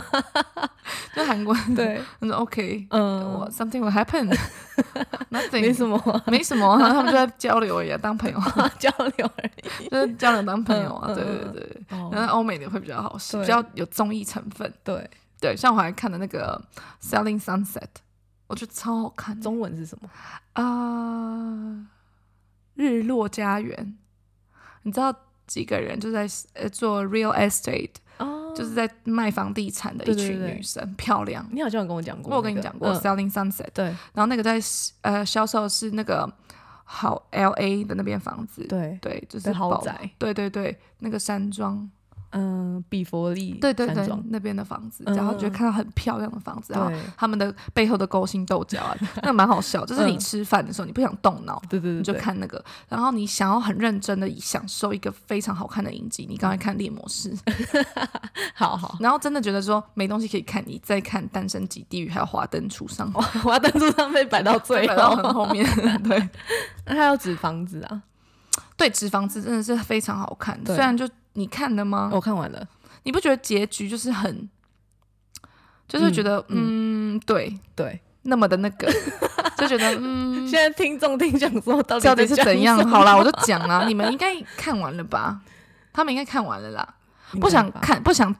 就韩国人，对，他说 OK，嗯，我 something will happen，nothing 没什么啊没什么，然后他们就在交流而已、啊，当朋友， 交流而已。就是交流当朋友啊。嗯嗯对嗯对对对，然哦，后欧美的会比较好吃，对比较有综艺成分。 对，对，像我还看的那个《Selling Sunset》，我觉得超好看的中文是什么？啊、日落家园》，你知道几个人就在呃做 real estate，哦就是在卖房地产的对一对群对女生，漂亮。你好像有跟我讲过那我个，有跟你讲过《嗯 Selling Sunset》，对然后那个在呃销售是那个好 L A 的那边房子，对对，就是的豪宝，宅，对对对，那个山庄，嗯，比佛利对对山对庄，那边的房子，嗯然后觉得看到很漂亮的房子，然后对他们的背后的勾心斗角啊， 那蛮好笑。就是你吃饭的时候，你不想动脑。嗯对对对，你就对，看那个，然后你想要很认真的享受一个非常好看的影集，你刚才看《猎魔士》， 好好， 然后真的觉得说没东西可以看，你再看《单身级地狱》还有《华灯初上》， 我要单注上 被摆到最摆到后，很后面。 对，那他要指房子啊，对，《纸房子》真的是非常好看。对哦虽然就你哦看了吗？我看完了，你不觉得结局就是很，就是觉得嗯对，对，那么的那 个，就觉得嗯，现在听众听讲说到底到底是在讲怎样什？么好啦，我就讲啦，你们应该看完了吧？他们应该看完了啦，不想，看，不想。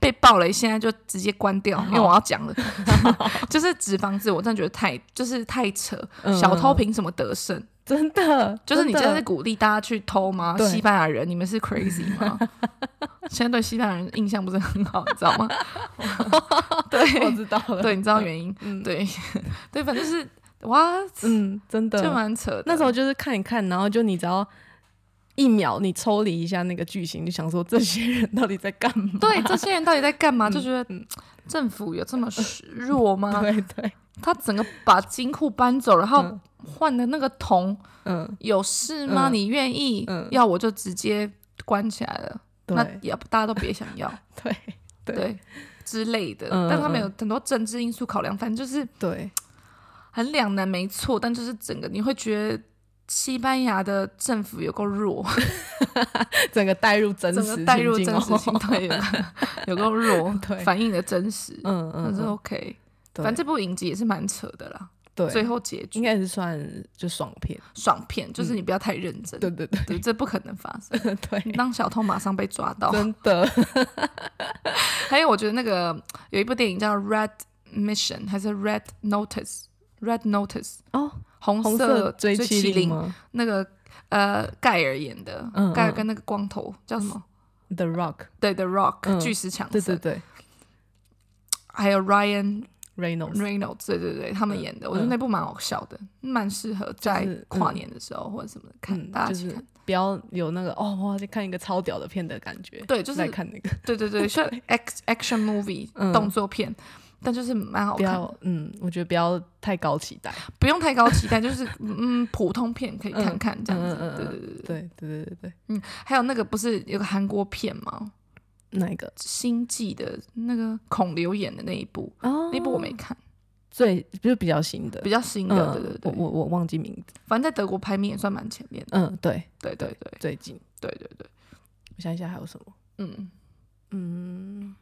被爆雷，现在就直接关哦掉，因为我要讲了。 就是纸房子，我真的觉得太就是太扯，嗯小偷凭什么得胜？ 真的，就是你真真的的是鼓励大家去偷吗？对西班牙人，你们是 crazy 吗？现在对西班牙人印象不是很好，你知道 吗？我 对知道了，对，你知道原因？嗯对 对，反正就是哇，嗯，真的，就蛮扯的。那时候就是看一看，然后就你只要一秒你抽离一下那个剧情，就想说这些人到底在干嘛？ 对这些人到底在干嘛？就觉得政府有这么弱吗？嗯 对对，他整个把金库搬啊走，然后嗯换的那个铜嗯，有事吗？嗯你愿意嗯要我就直接关起来了，那对也大家都别想要。对 对对之类的，嗯但他们嗯有很多政治因素考量，反正就是对，很两难，没错。但就是整个你会觉得西班牙的政府有够弱，整个带入真整实个情带入境真哦实性，对，有够有够弱 对，反映的真实， 嗯嗯但是嗯， OK。对反正这部影集也是蛮扯的啦，对，最后结应局该是算就爽片，爽片，就是你不要太认真，对对对对，这不可能发生。对，当小偷马上被抓到。真的，还有，我觉得那个有一部电影叫《Red Mission》还是《Red Notice》，《Red Notice》哦，红红色追麒麒麟吗那个呃盖尔演的，嗯盖尔嗯跟那个光头叫什么？ ？The Rock，对，The Rock、嗯巨石强对森，对对还有 Ryan ，Reynolds， Reynolds，对对对，他们演的，我觉得那部蛮好笑的，蛮适合在嗯跨年的时候或者什么的看，嗯大家就去是看。不要有那个哦，我要去看一个超屌的片的感觉，对，就是来看那个，对对对，像 act- action movie、嗯动作片。但就是蛮好不看，要，嗯，我觉得不要太高期待。不用太高期待，就是 嗯普通片可以看嗯看这样子。嗯嗯嗯对嗯对对对，对对对对对，还有那个不是有个韩国片吗？哪一个？星际的那个孔刘演的那一部，哦那部我没看，最就是比较新的，比较较新的，嗯，对对对，我我我忘记名字。反正在德国排名也算蛮前面的，嗯，对，对对对最近对对对，我想一下还有什么？嗯，嗯，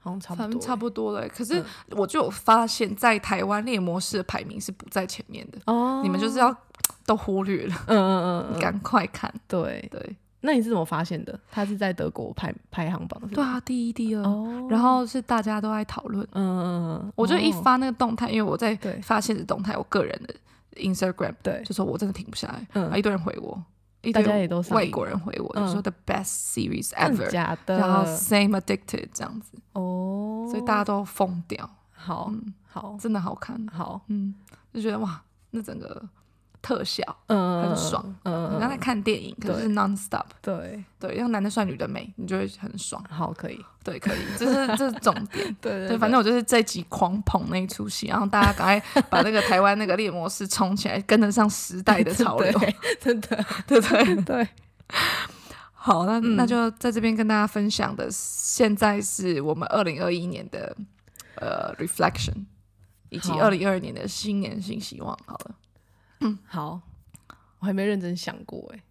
好像差反不正多，差不多了欸。可是嗯我就有发现，在台湾猎魔式的排名是不在前面的，哦。你们就是要都忽略了，嗯嗯嗯嗯，赶快看，对。对那你是怎么发现的？他是在德国排排行榜是对吧？啊，第一第二，嗯哦，然后是大家都在讨论。嗯嗯嗯，我就一哦发那个动态，因为我在对发现的动态，我个人的 Instagram 对，就说我真的停不下来，嗯啊，一堆人回我，一大堆家也都上外瘾国了人回我，嗯就说 the best series 真 ever，假的，然后 same addicted 这样子，哦，所以大家都疯掉，好嗯，好真的好看，好，嗯，就觉得哇，那整个特效，嗯，很爽，嗯，你刚才看电影，可是对 non stop，对，对，让男的帅，女的美，你就会很爽。好，可以，对，可以，这是这是重点。对对 对，反正我就是这集狂捧那一出戏，然后大家赶快把那个台湾那个猎魔士冲起来，跟得上时代的潮 流，真的， 对不对？对，好，那、嗯那就在这边跟大家分享的，现在是我们二零二一年的呃 reflection，以及好二零二二年的新年新希望。好了， 好，我还没认真想过，哎，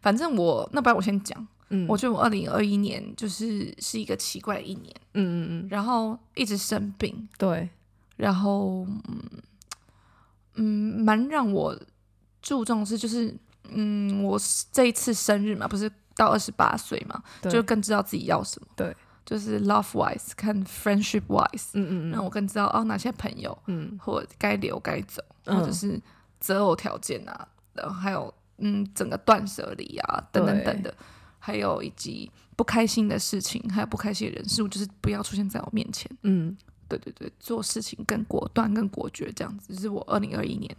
反正我那不然我先讲，嗯，我觉得我二零二一年就是是一个奇怪的一年，嗯嗯嗯，然后一直生病，对，然后嗯嗯，蛮让我注重的是就是嗯，我是这一次生日嘛，不是到二十八岁嘛，对就更知道自己要什么。对，就是 love wise 看 friendship wise，、嗯嗯让我更知道哦哪些朋友嗯或该留该走，嗯或者是择偶条件啊，然后还有嗯整个断舍离啊等等对等的，还有以及不开心的事情，还有不开心的人事物，就是不要出现在我面前。嗯对对对，做事情更果断、更果决，这样子，就是我二零二一年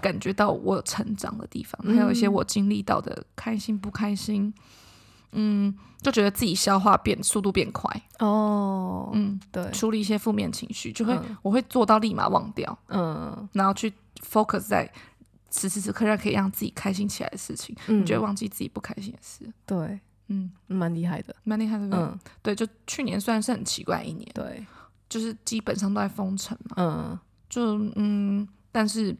感觉到我有成长的地方，嗯还有一些我经历到的开心、不开心，嗯，就觉得自己消化变速度变快，嗯，哦，嗯，对，处理一些负面情绪，就会、嗯我会做到立马忘掉，嗯然后去 focus 在此时此刻让可以让自己开心起来的事情，嗯你就会忘记自己不开心的事，对，嗯，蛮厉害的，蛮厉害的，嗯，嗯，对，就去年虽然是很奇怪的一年，对，就是基本上都在封城嘛。嗯就嗯，但是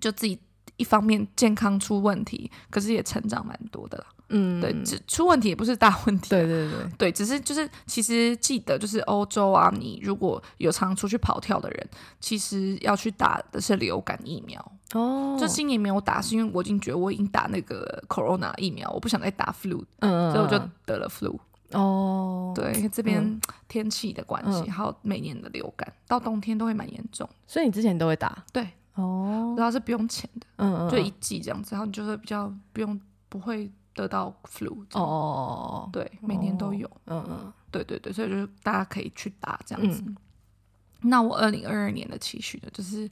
就自己一方面健康出问题，可是也成长蛮多的啦。嗯，对，只出问题也不是大问题。对 对对，对，只是就是其实记得就是欧洲啊，你如果有常出去跑跳的人，其实要去打的是流感疫苗。哦，就今年没有打，是因为我已经觉得我已经打那个 corona 疫苗，我不想再打 flu，嗯，所以我就得了 flu。哦，，对，因为这边天气的关系，嗯还有每年的流感，到冬天都会蛮严重。所以你之前都会打，对，哦，主要是不用钱的。嗯嗯，就一季这样子，然后你就会比较不用不会得到 flu 这样。哦哦，对，每年都有，嗯嗯对对对，所以就是大家可以去打这样子。那我二零二二年的期许呢，就是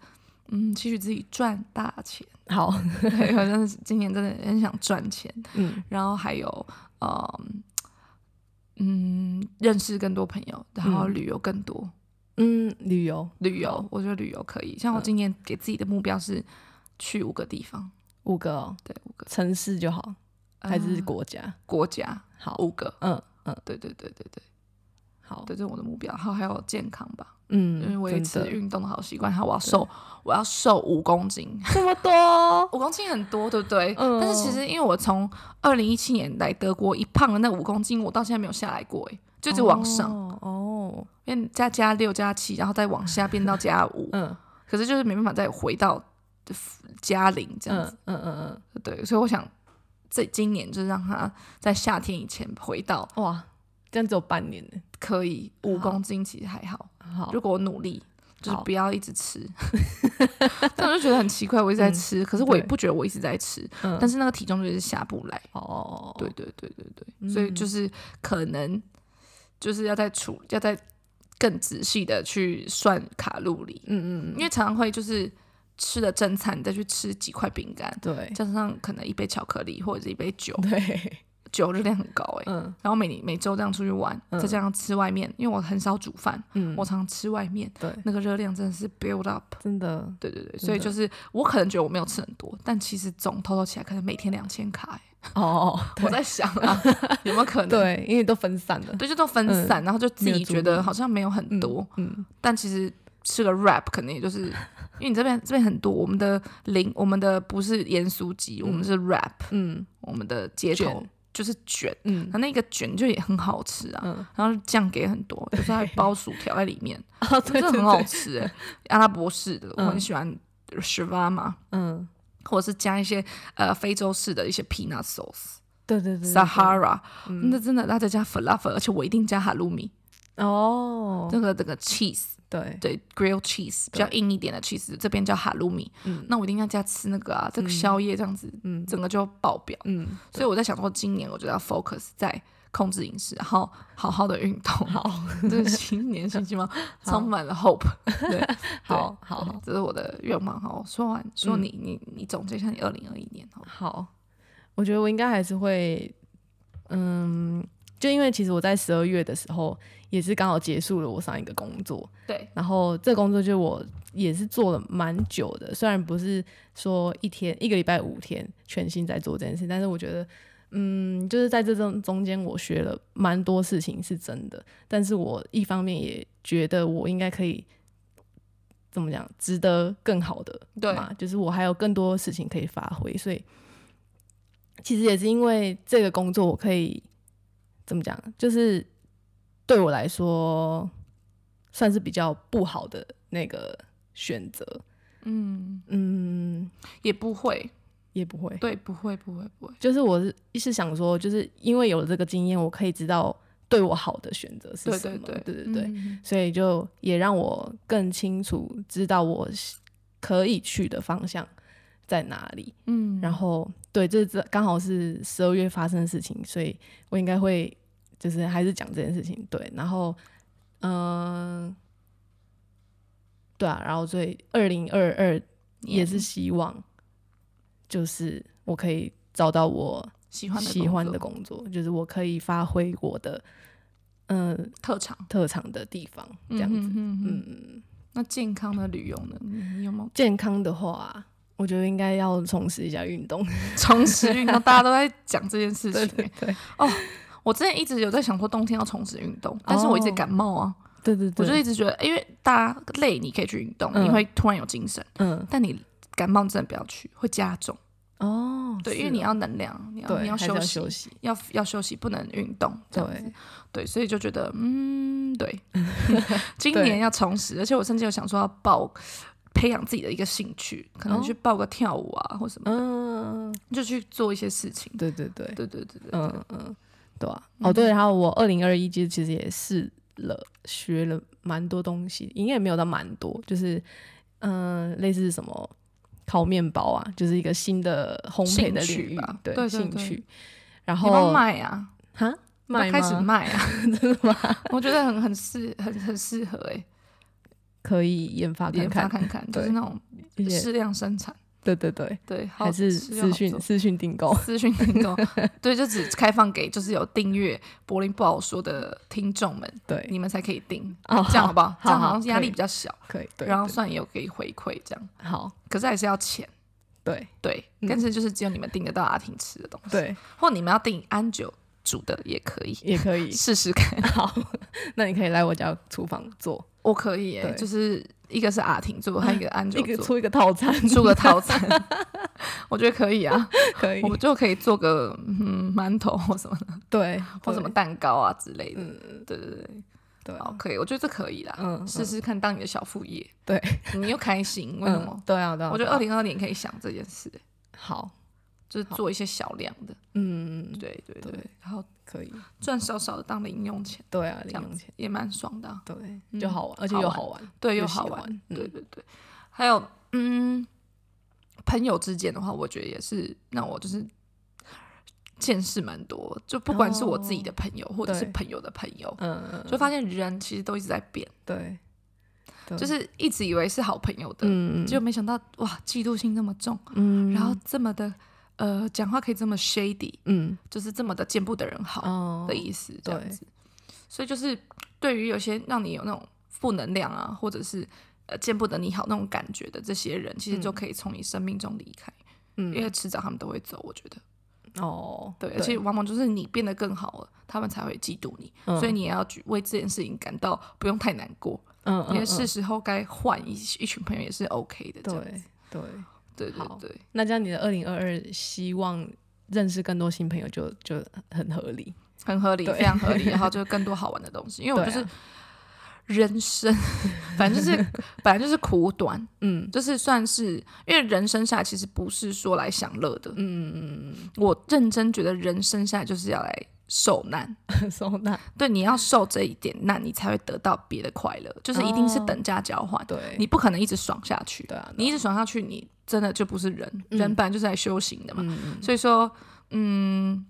嗯，期许自己赚大钱，嗯，好，对，我真的是今年真的很想赚钱， 嗯然后还有呃嗯，认识更多朋友，然后旅游更多。 嗯，旅游旅游，我觉得旅游可以。像我今年给自己的目标是去五个地方，五个哦对，五个城市就好，还是呃国家？国家好，五个，嗯嗯，对对对对对。好，对，这是我的目标。然后还有健康吧，因为嗯，维真持的运动的好习惯。还有我要瘦，我要瘦五公斤，这么多，五公斤很多，对不对？嗯但是其实因为我从二零一七年来德国一胖了那五公斤，我到现在没有下来过，哎， 就一直往上，哦哦，因为加加六加七，然后再往下变到加五， 嗯可是就是没办法再回到加零这样子。嗯嗯嗯对，所以我想这今年就是让它在夏天以前回到嗯，哇，这样只有半年呢，可以五好公斤，其实还好。好，如果我努力，就是好不要一直吃。 但我就觉得很奇怪，我一直在吃，可是我也嗯对不觉得我一直在吃，嗯但是那个体重就是下不来。哦，嗯对，对对对对，所以就是可能就是要再处，要再更仔细的去算卡路里，嗯嗯因为常常会就是吃了正餐，你再去吃几块饼干嗯，。对加上可能一杯巧克力或者是一杯酒，嗯对，酒热量很高哎、嗯然后每每周这样出去玩，嗯再加上吃外面，因为我很少煮饭，嗯，我常吃外面，对，那个热量真的是 build up。真的，对对对，所以就是我可能觉得我没有吃很多，但其实总偷偷起来可能每天两千卡欸、哦，我在想 啊，有没有可能？对，因为都分散了，对，就都分散，然后就自没己有注觉得意好嗯像没有很多，嗯，但其实吃个 wrap 可能也就是，因为你这边这边很多，我们的零，我们的不是盐酥鸡，我们是 wrap，嗯我们的街头卷就是卷，嗯它那个卷就也很好吃啊，嗯，然后酱给很多，有时候还包薯条在里面， 哦，真对的对很好对，吃哎、 阿拉伯式的，我嗯很喜欢 shawarma，嗯，或者是加一些呃非洲式的一些 peanut sauce、对对对 Sahara，嗯那真的大家加 falafel，而且我一定加哈鲁米，哦，这个这个 cheese，对，对 grill cheese 比较硬一点的 cheese，这边叫哈鲁米，嗯那我一定要加吃那个啊，这个宵夜这样子，嗯整个就爆表。嗯，所以我在想说，今年我就要 focus 在控制饮食，然后好好的运动。 好， 这是新年新希望， 好充满了 hope。对， 好对好嗯对好这是我的愿望。好，我说完，说你你你总结一下你二零二一年好了好，我觉得我应该还是会，嗯，就因为其实我在十二月的时候也是刚好结束了我上一个工作，对，然后这个工作就我也是做了蛮久的，虽然不是说一天一个礼拜五天全心在做这件事，但是我觉得。嗯，就是在这中中间，我学了蛮多事情，是真的。但是我一方面也觉得我应该可以怎么讲，值得更好的对嘛，就是我还有更多事情可以发挥，所以其实也是因为这个工作，我可以怎么讲，就是对我来说算是比较不好的那个选择，嗯，嗯，也不会，也不会，对，不会，不会，不会，就是我是是想说，就是因为有了这个经验，我可以知道对我好的选择是对什对么，对对对对，嗯所以就也让我更清楚知道我是可以去的方向在哪里。嗯，然后对，这这刚好是十二月发生的事情，所以我应该会就是还是讲这件事情。对，然后嗯、呃对啊，然后所以二零二二也是希望，就是我可以找到我喜欢的喜欢的工工作，就是我可以发挥我的嗯、呃作特长，特长的地方，这样子。嗯哼哼哼嗯，那健康的旅游呢？你你有没有 健康的话，我觉得应该要重拾一下运动。 重拾运动？大家都在讲这件事情、对欸对对我之前一直有在想说冬天要重拾运动，但是我一直感冒啊，对哦对对，我就一直觉得，因为大家累你可以去运动，嗯你会突然有精神，嗯但你感冒真的不要去，会加重。哦，对，是因为你哦要能量，你要对你还是休要息休，息，要要休息，不能运动这样子对。对，所以就觉得嗯， 对，今对年要重拾，而且我甚至有想说要报培养自己的一个兴趣，可能哦去报个跳舞啊或什么的，嗯，就去做一些事情。对对对，对对对对，嗯嗯，对啊，哦对，然后我二零二一其实其实也试了学了蛮多东西，应该也没有到蛮多，就是嗯、类似什么烤面包啊，就是一个新的烘焙的兴领趣域吧，对对对兴对趣，然你要后卖啊，哈卖要开始吗卖啊， 真的吗？我觉得很很适很很适合哎、可以研发研看发看，看 看，就是对那种一些适量生产，对对对，对，好还是吃又好私讯做私讯订购，私讯订购，对，就只开放给就是有订阅柏林不好说的听众们，对你们才可以订，哦，这样好好不好？这样好好像压可力以比较小，可以，对，然后对算也有可以回馈这样，好可是还是要钱， 对对，嗯但是就是只有你们订得到阿婷吃的东西，，对或你们要订安久煮的也可以，也可以，试试看，好，那你可以来我家厨房做，我可以、欸，对就是一个是阿婷做， 还有一个安久一个做。出一个套餐，出个套餐， 我觉得可以啊，可以，我就可以做个嗯馒头或什么的，对，或什么蛋糕啊之类的。嗯对对对，嗯对啊，好，可以，我觉得这可以啦，嗯试试看当你的小副业，对，你又开心，为什么嗯？，对啊，对啊，我觉得对啊二零二年可以想这件事，好，就是做一些小量的，嗯，对对对对，然后可以，赚少少的当零用钱，对啊，这零样用子钱，也蛮爽的啊、对，就好玩，而且好又玩好玩，对，又又喜好玩欢，嗯对对对，还有嗯，朋友之间的话，我觉得也是让我就是见识蛮多，就不管是我自己的朋友，或者是哦对朋友的朋友，嗯，嗯就发现人其实都一直在变，对，对就是一直以为是好朋友的，嗯，结果没想到哇，嫉妒心那么重，嗯，然后这么的呃，讲话可以这么 shady，嗯，就是这么的见不得人好哦的，意思，这样对子。所以就是对于有些让你有那种负能量啊，或者是呃见不得你好那种感觉的这些人，其实就可以从你生命中离开，因为嗯，迟早他们都会走，我觉得。哦，对，而且往往就是你变得更好了，他们才会嫉妒你，嗯所以你也要去为这件事情感到不用太难过，嗯，因为嗯是嗯时候该换一一群朋友也是 OK 的。这样对子，对，对对好对那这样你的二零二二希望认识更多新朋友就就很合理，很合理，对非常 合理。然后就更多好玩的东西，因为我对就啊是人生， 反正就是本来就是苦短，嗯就是算是，因为人生下来其实不是说来享乐的。嗯嗯我认真觉得人生下来就是要来受难，嗯， 收纳，对，你要受这一点难，你才会得到别的快乐，就是一定是哦等价交换，对，你不可能一直爽下去，对啊，你一直爽下去，你真的就不是人，人本来就是来修行的嘛。嗯所以说，嗯，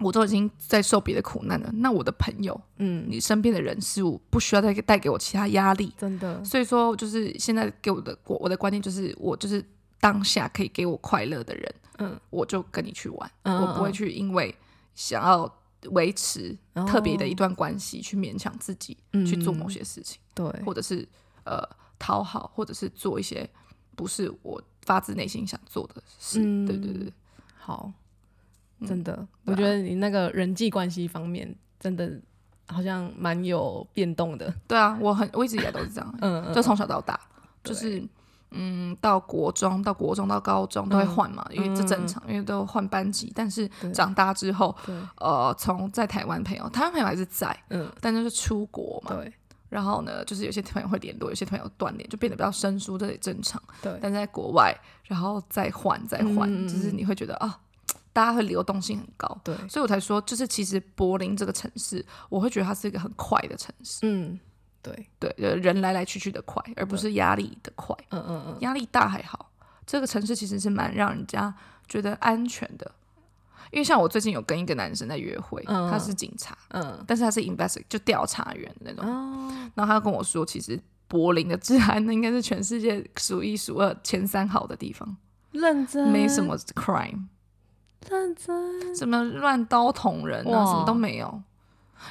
我都已经在受别的苦难了，那我的朋友，嗯，你身边的人事物，不需要再带给我其他压力。真的，所以说，就是现在给我的我我的观念就是，我就是当下可以给我快乐的人，嗯，我就跟你去玩，嗯我不会去因为想要维持嗯特别哦的一段关系去勉强自己去做某些事情，对，或者是呃讨好，或者是做一些不是我发自内心想做的事。嗯对对对，好，嗯真的，对我啊觉得你那个人际关系方面真的好像蛮有变动 的，对啊，我很我一直以来都是这样，嗯，嗯就从小到大，对就是嗯，到国中、到国中、到高中都会换嘛，因为这正常，因为都换班级。但是嗯对长大之后，对，呃，从在台湾朋友，台湾朋友还是在，嗯，但就是出国嘛。对然后呢，就是有些朋友会联络，有些朋友断联，就变得比较生疏，这也正常。对，但在国外，然后再换再换，嗯嗯嗯就是你会觉得啊，大家会流动性很高。对，所以我才说，就是其实柏林这个城市，我会觉得它是一个很快的城市，嗯，对，对，呃人来来去去的快，而不是压力的快。嗯嗯压力大还好，这个城市其实是蛮让人家觉得安全的。因为像我最近有跟一个男生在约会，嗯他是警察，嗯但是他是 investig 就调查员那种。嗯，哦，然后他跟我说，其实柏林的治安应该是全世界数一数二前三好的地方，认真，没什么 crime，认真，什么乱刀捅人啊，哇什么都没有。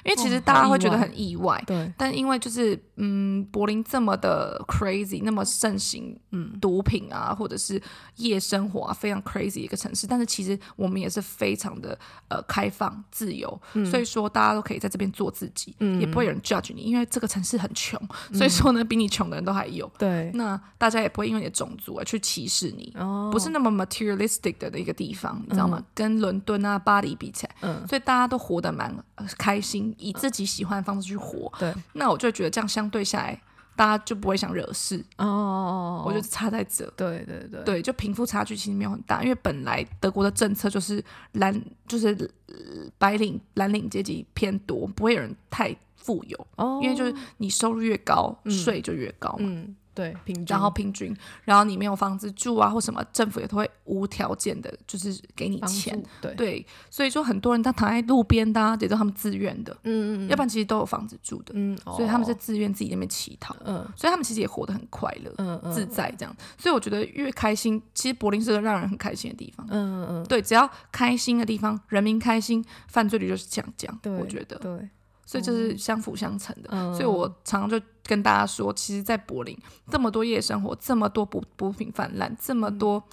因为其实哇大家好会意觉得外很意外，对，但因为就是嗯，柏林这么的 crazy，那么盛行嗯，毒品啊，或者是夜生活啊，非常 crazy 一个城市。但是其实我们也是非常的呃开放、自由，所以说大家都可以在这边做自己，嗯也不会有人 judge 你，因为这个城市很穷，所以说呢，比你穷的人都还有。对，那大家也不会因为你的种族而去歧视你，哦，不是那么 materialistic 的一个地方，你知道吗？跟伦敦啊、巴黎比起来，嗯，所以大家都活得蛮呃开心，以自己喜欢的方式去活。对，那我就会觉得这样相对下来，大家就不会想惹事。哦哦，我觉得差在这。对对对，对，就贫富差距其实没有很大，因为本来德国的政策就是蓝，就是呃白领蓝领阶级偏多，不会有人太富有，哦，因为就是你收入越高，税就越高嘛，嗯，对，平均，然后平均，然后你没有房子住啊或什么，政府也都会无条件的，就是给你帮钱。助，对，对，所以说很多人他躺在路边的、啊，也都他们自愿的，嗯嗯要不然其实都有房子住的，嗯，所以他们是哦，自愿自己在那边乞讨，嗯所以他们其实也活得很快乐。嗯嗯，自在这样。所以我觉得越开心，其实柏林是个让人很开心的地方。嗯嗯嗯，对，只要开心的地方，人民开心，犯罪率就是降降。对，我觉得，对，所以这是相辅相成的。嗯，所以我常常就跟大家说，其实，在柏林这么多夜生活，这么多补补品泛滥，这嗯么多。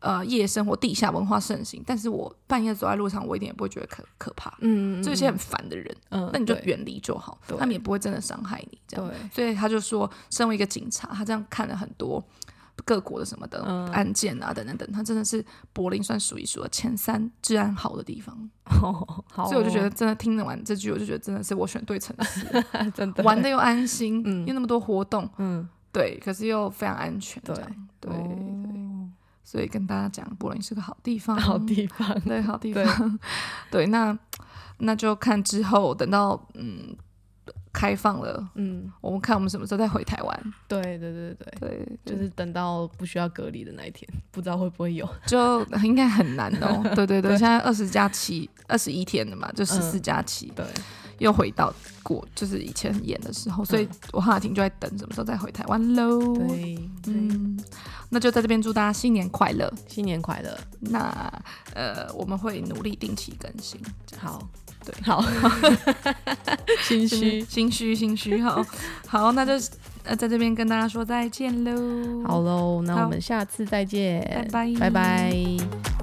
呃，夜生活、地下文化盛行，但是我半夜走在路上，我一点也不会觉得可可怕。嗯，嗯，这嗯些很烦的人，嗯，那你就对远离就好，对他们也不会真的伤害你。这样，对，所以他就说，身为一个警察，他这样看了很多各国的什么的嗯案件啊，等等等，他真的是柏林算数一数二前三治安好的地方。哦，好哦，所以我就觉得，真的听了完这句，我就觉得真的是我选对城 市，真的玩的又安心，嗯又那么多活动，嗯，对，可是又非常安全，对这样对哦对，所以跟大家讲，柏林是个好地方，好地方，啊对，好地方。 对，那那就看之后，等到嗯开放了，嗯，我们看我们什么时候再回台湾。对对对对，对，就对是等到不需要隔离的那一天，不知道会不会有，就应该很难 哦。对对对，现在二十加七，二十一天了嘛，嗯就十四加七，对，又回到过就是以前演的时候，所以我和雅婷就在等什么时候再回台湾喽。嗯对，对，嗯，那就在这边祝大家新年快乐。新年快乐，那呃，我们会努力定期更新。这样子，好，对 好，心心虚，心虚心虚，好 好，那就呃在这边跟大家说再见喽。好，喽，那好我们下次再见，拜拜拜拜。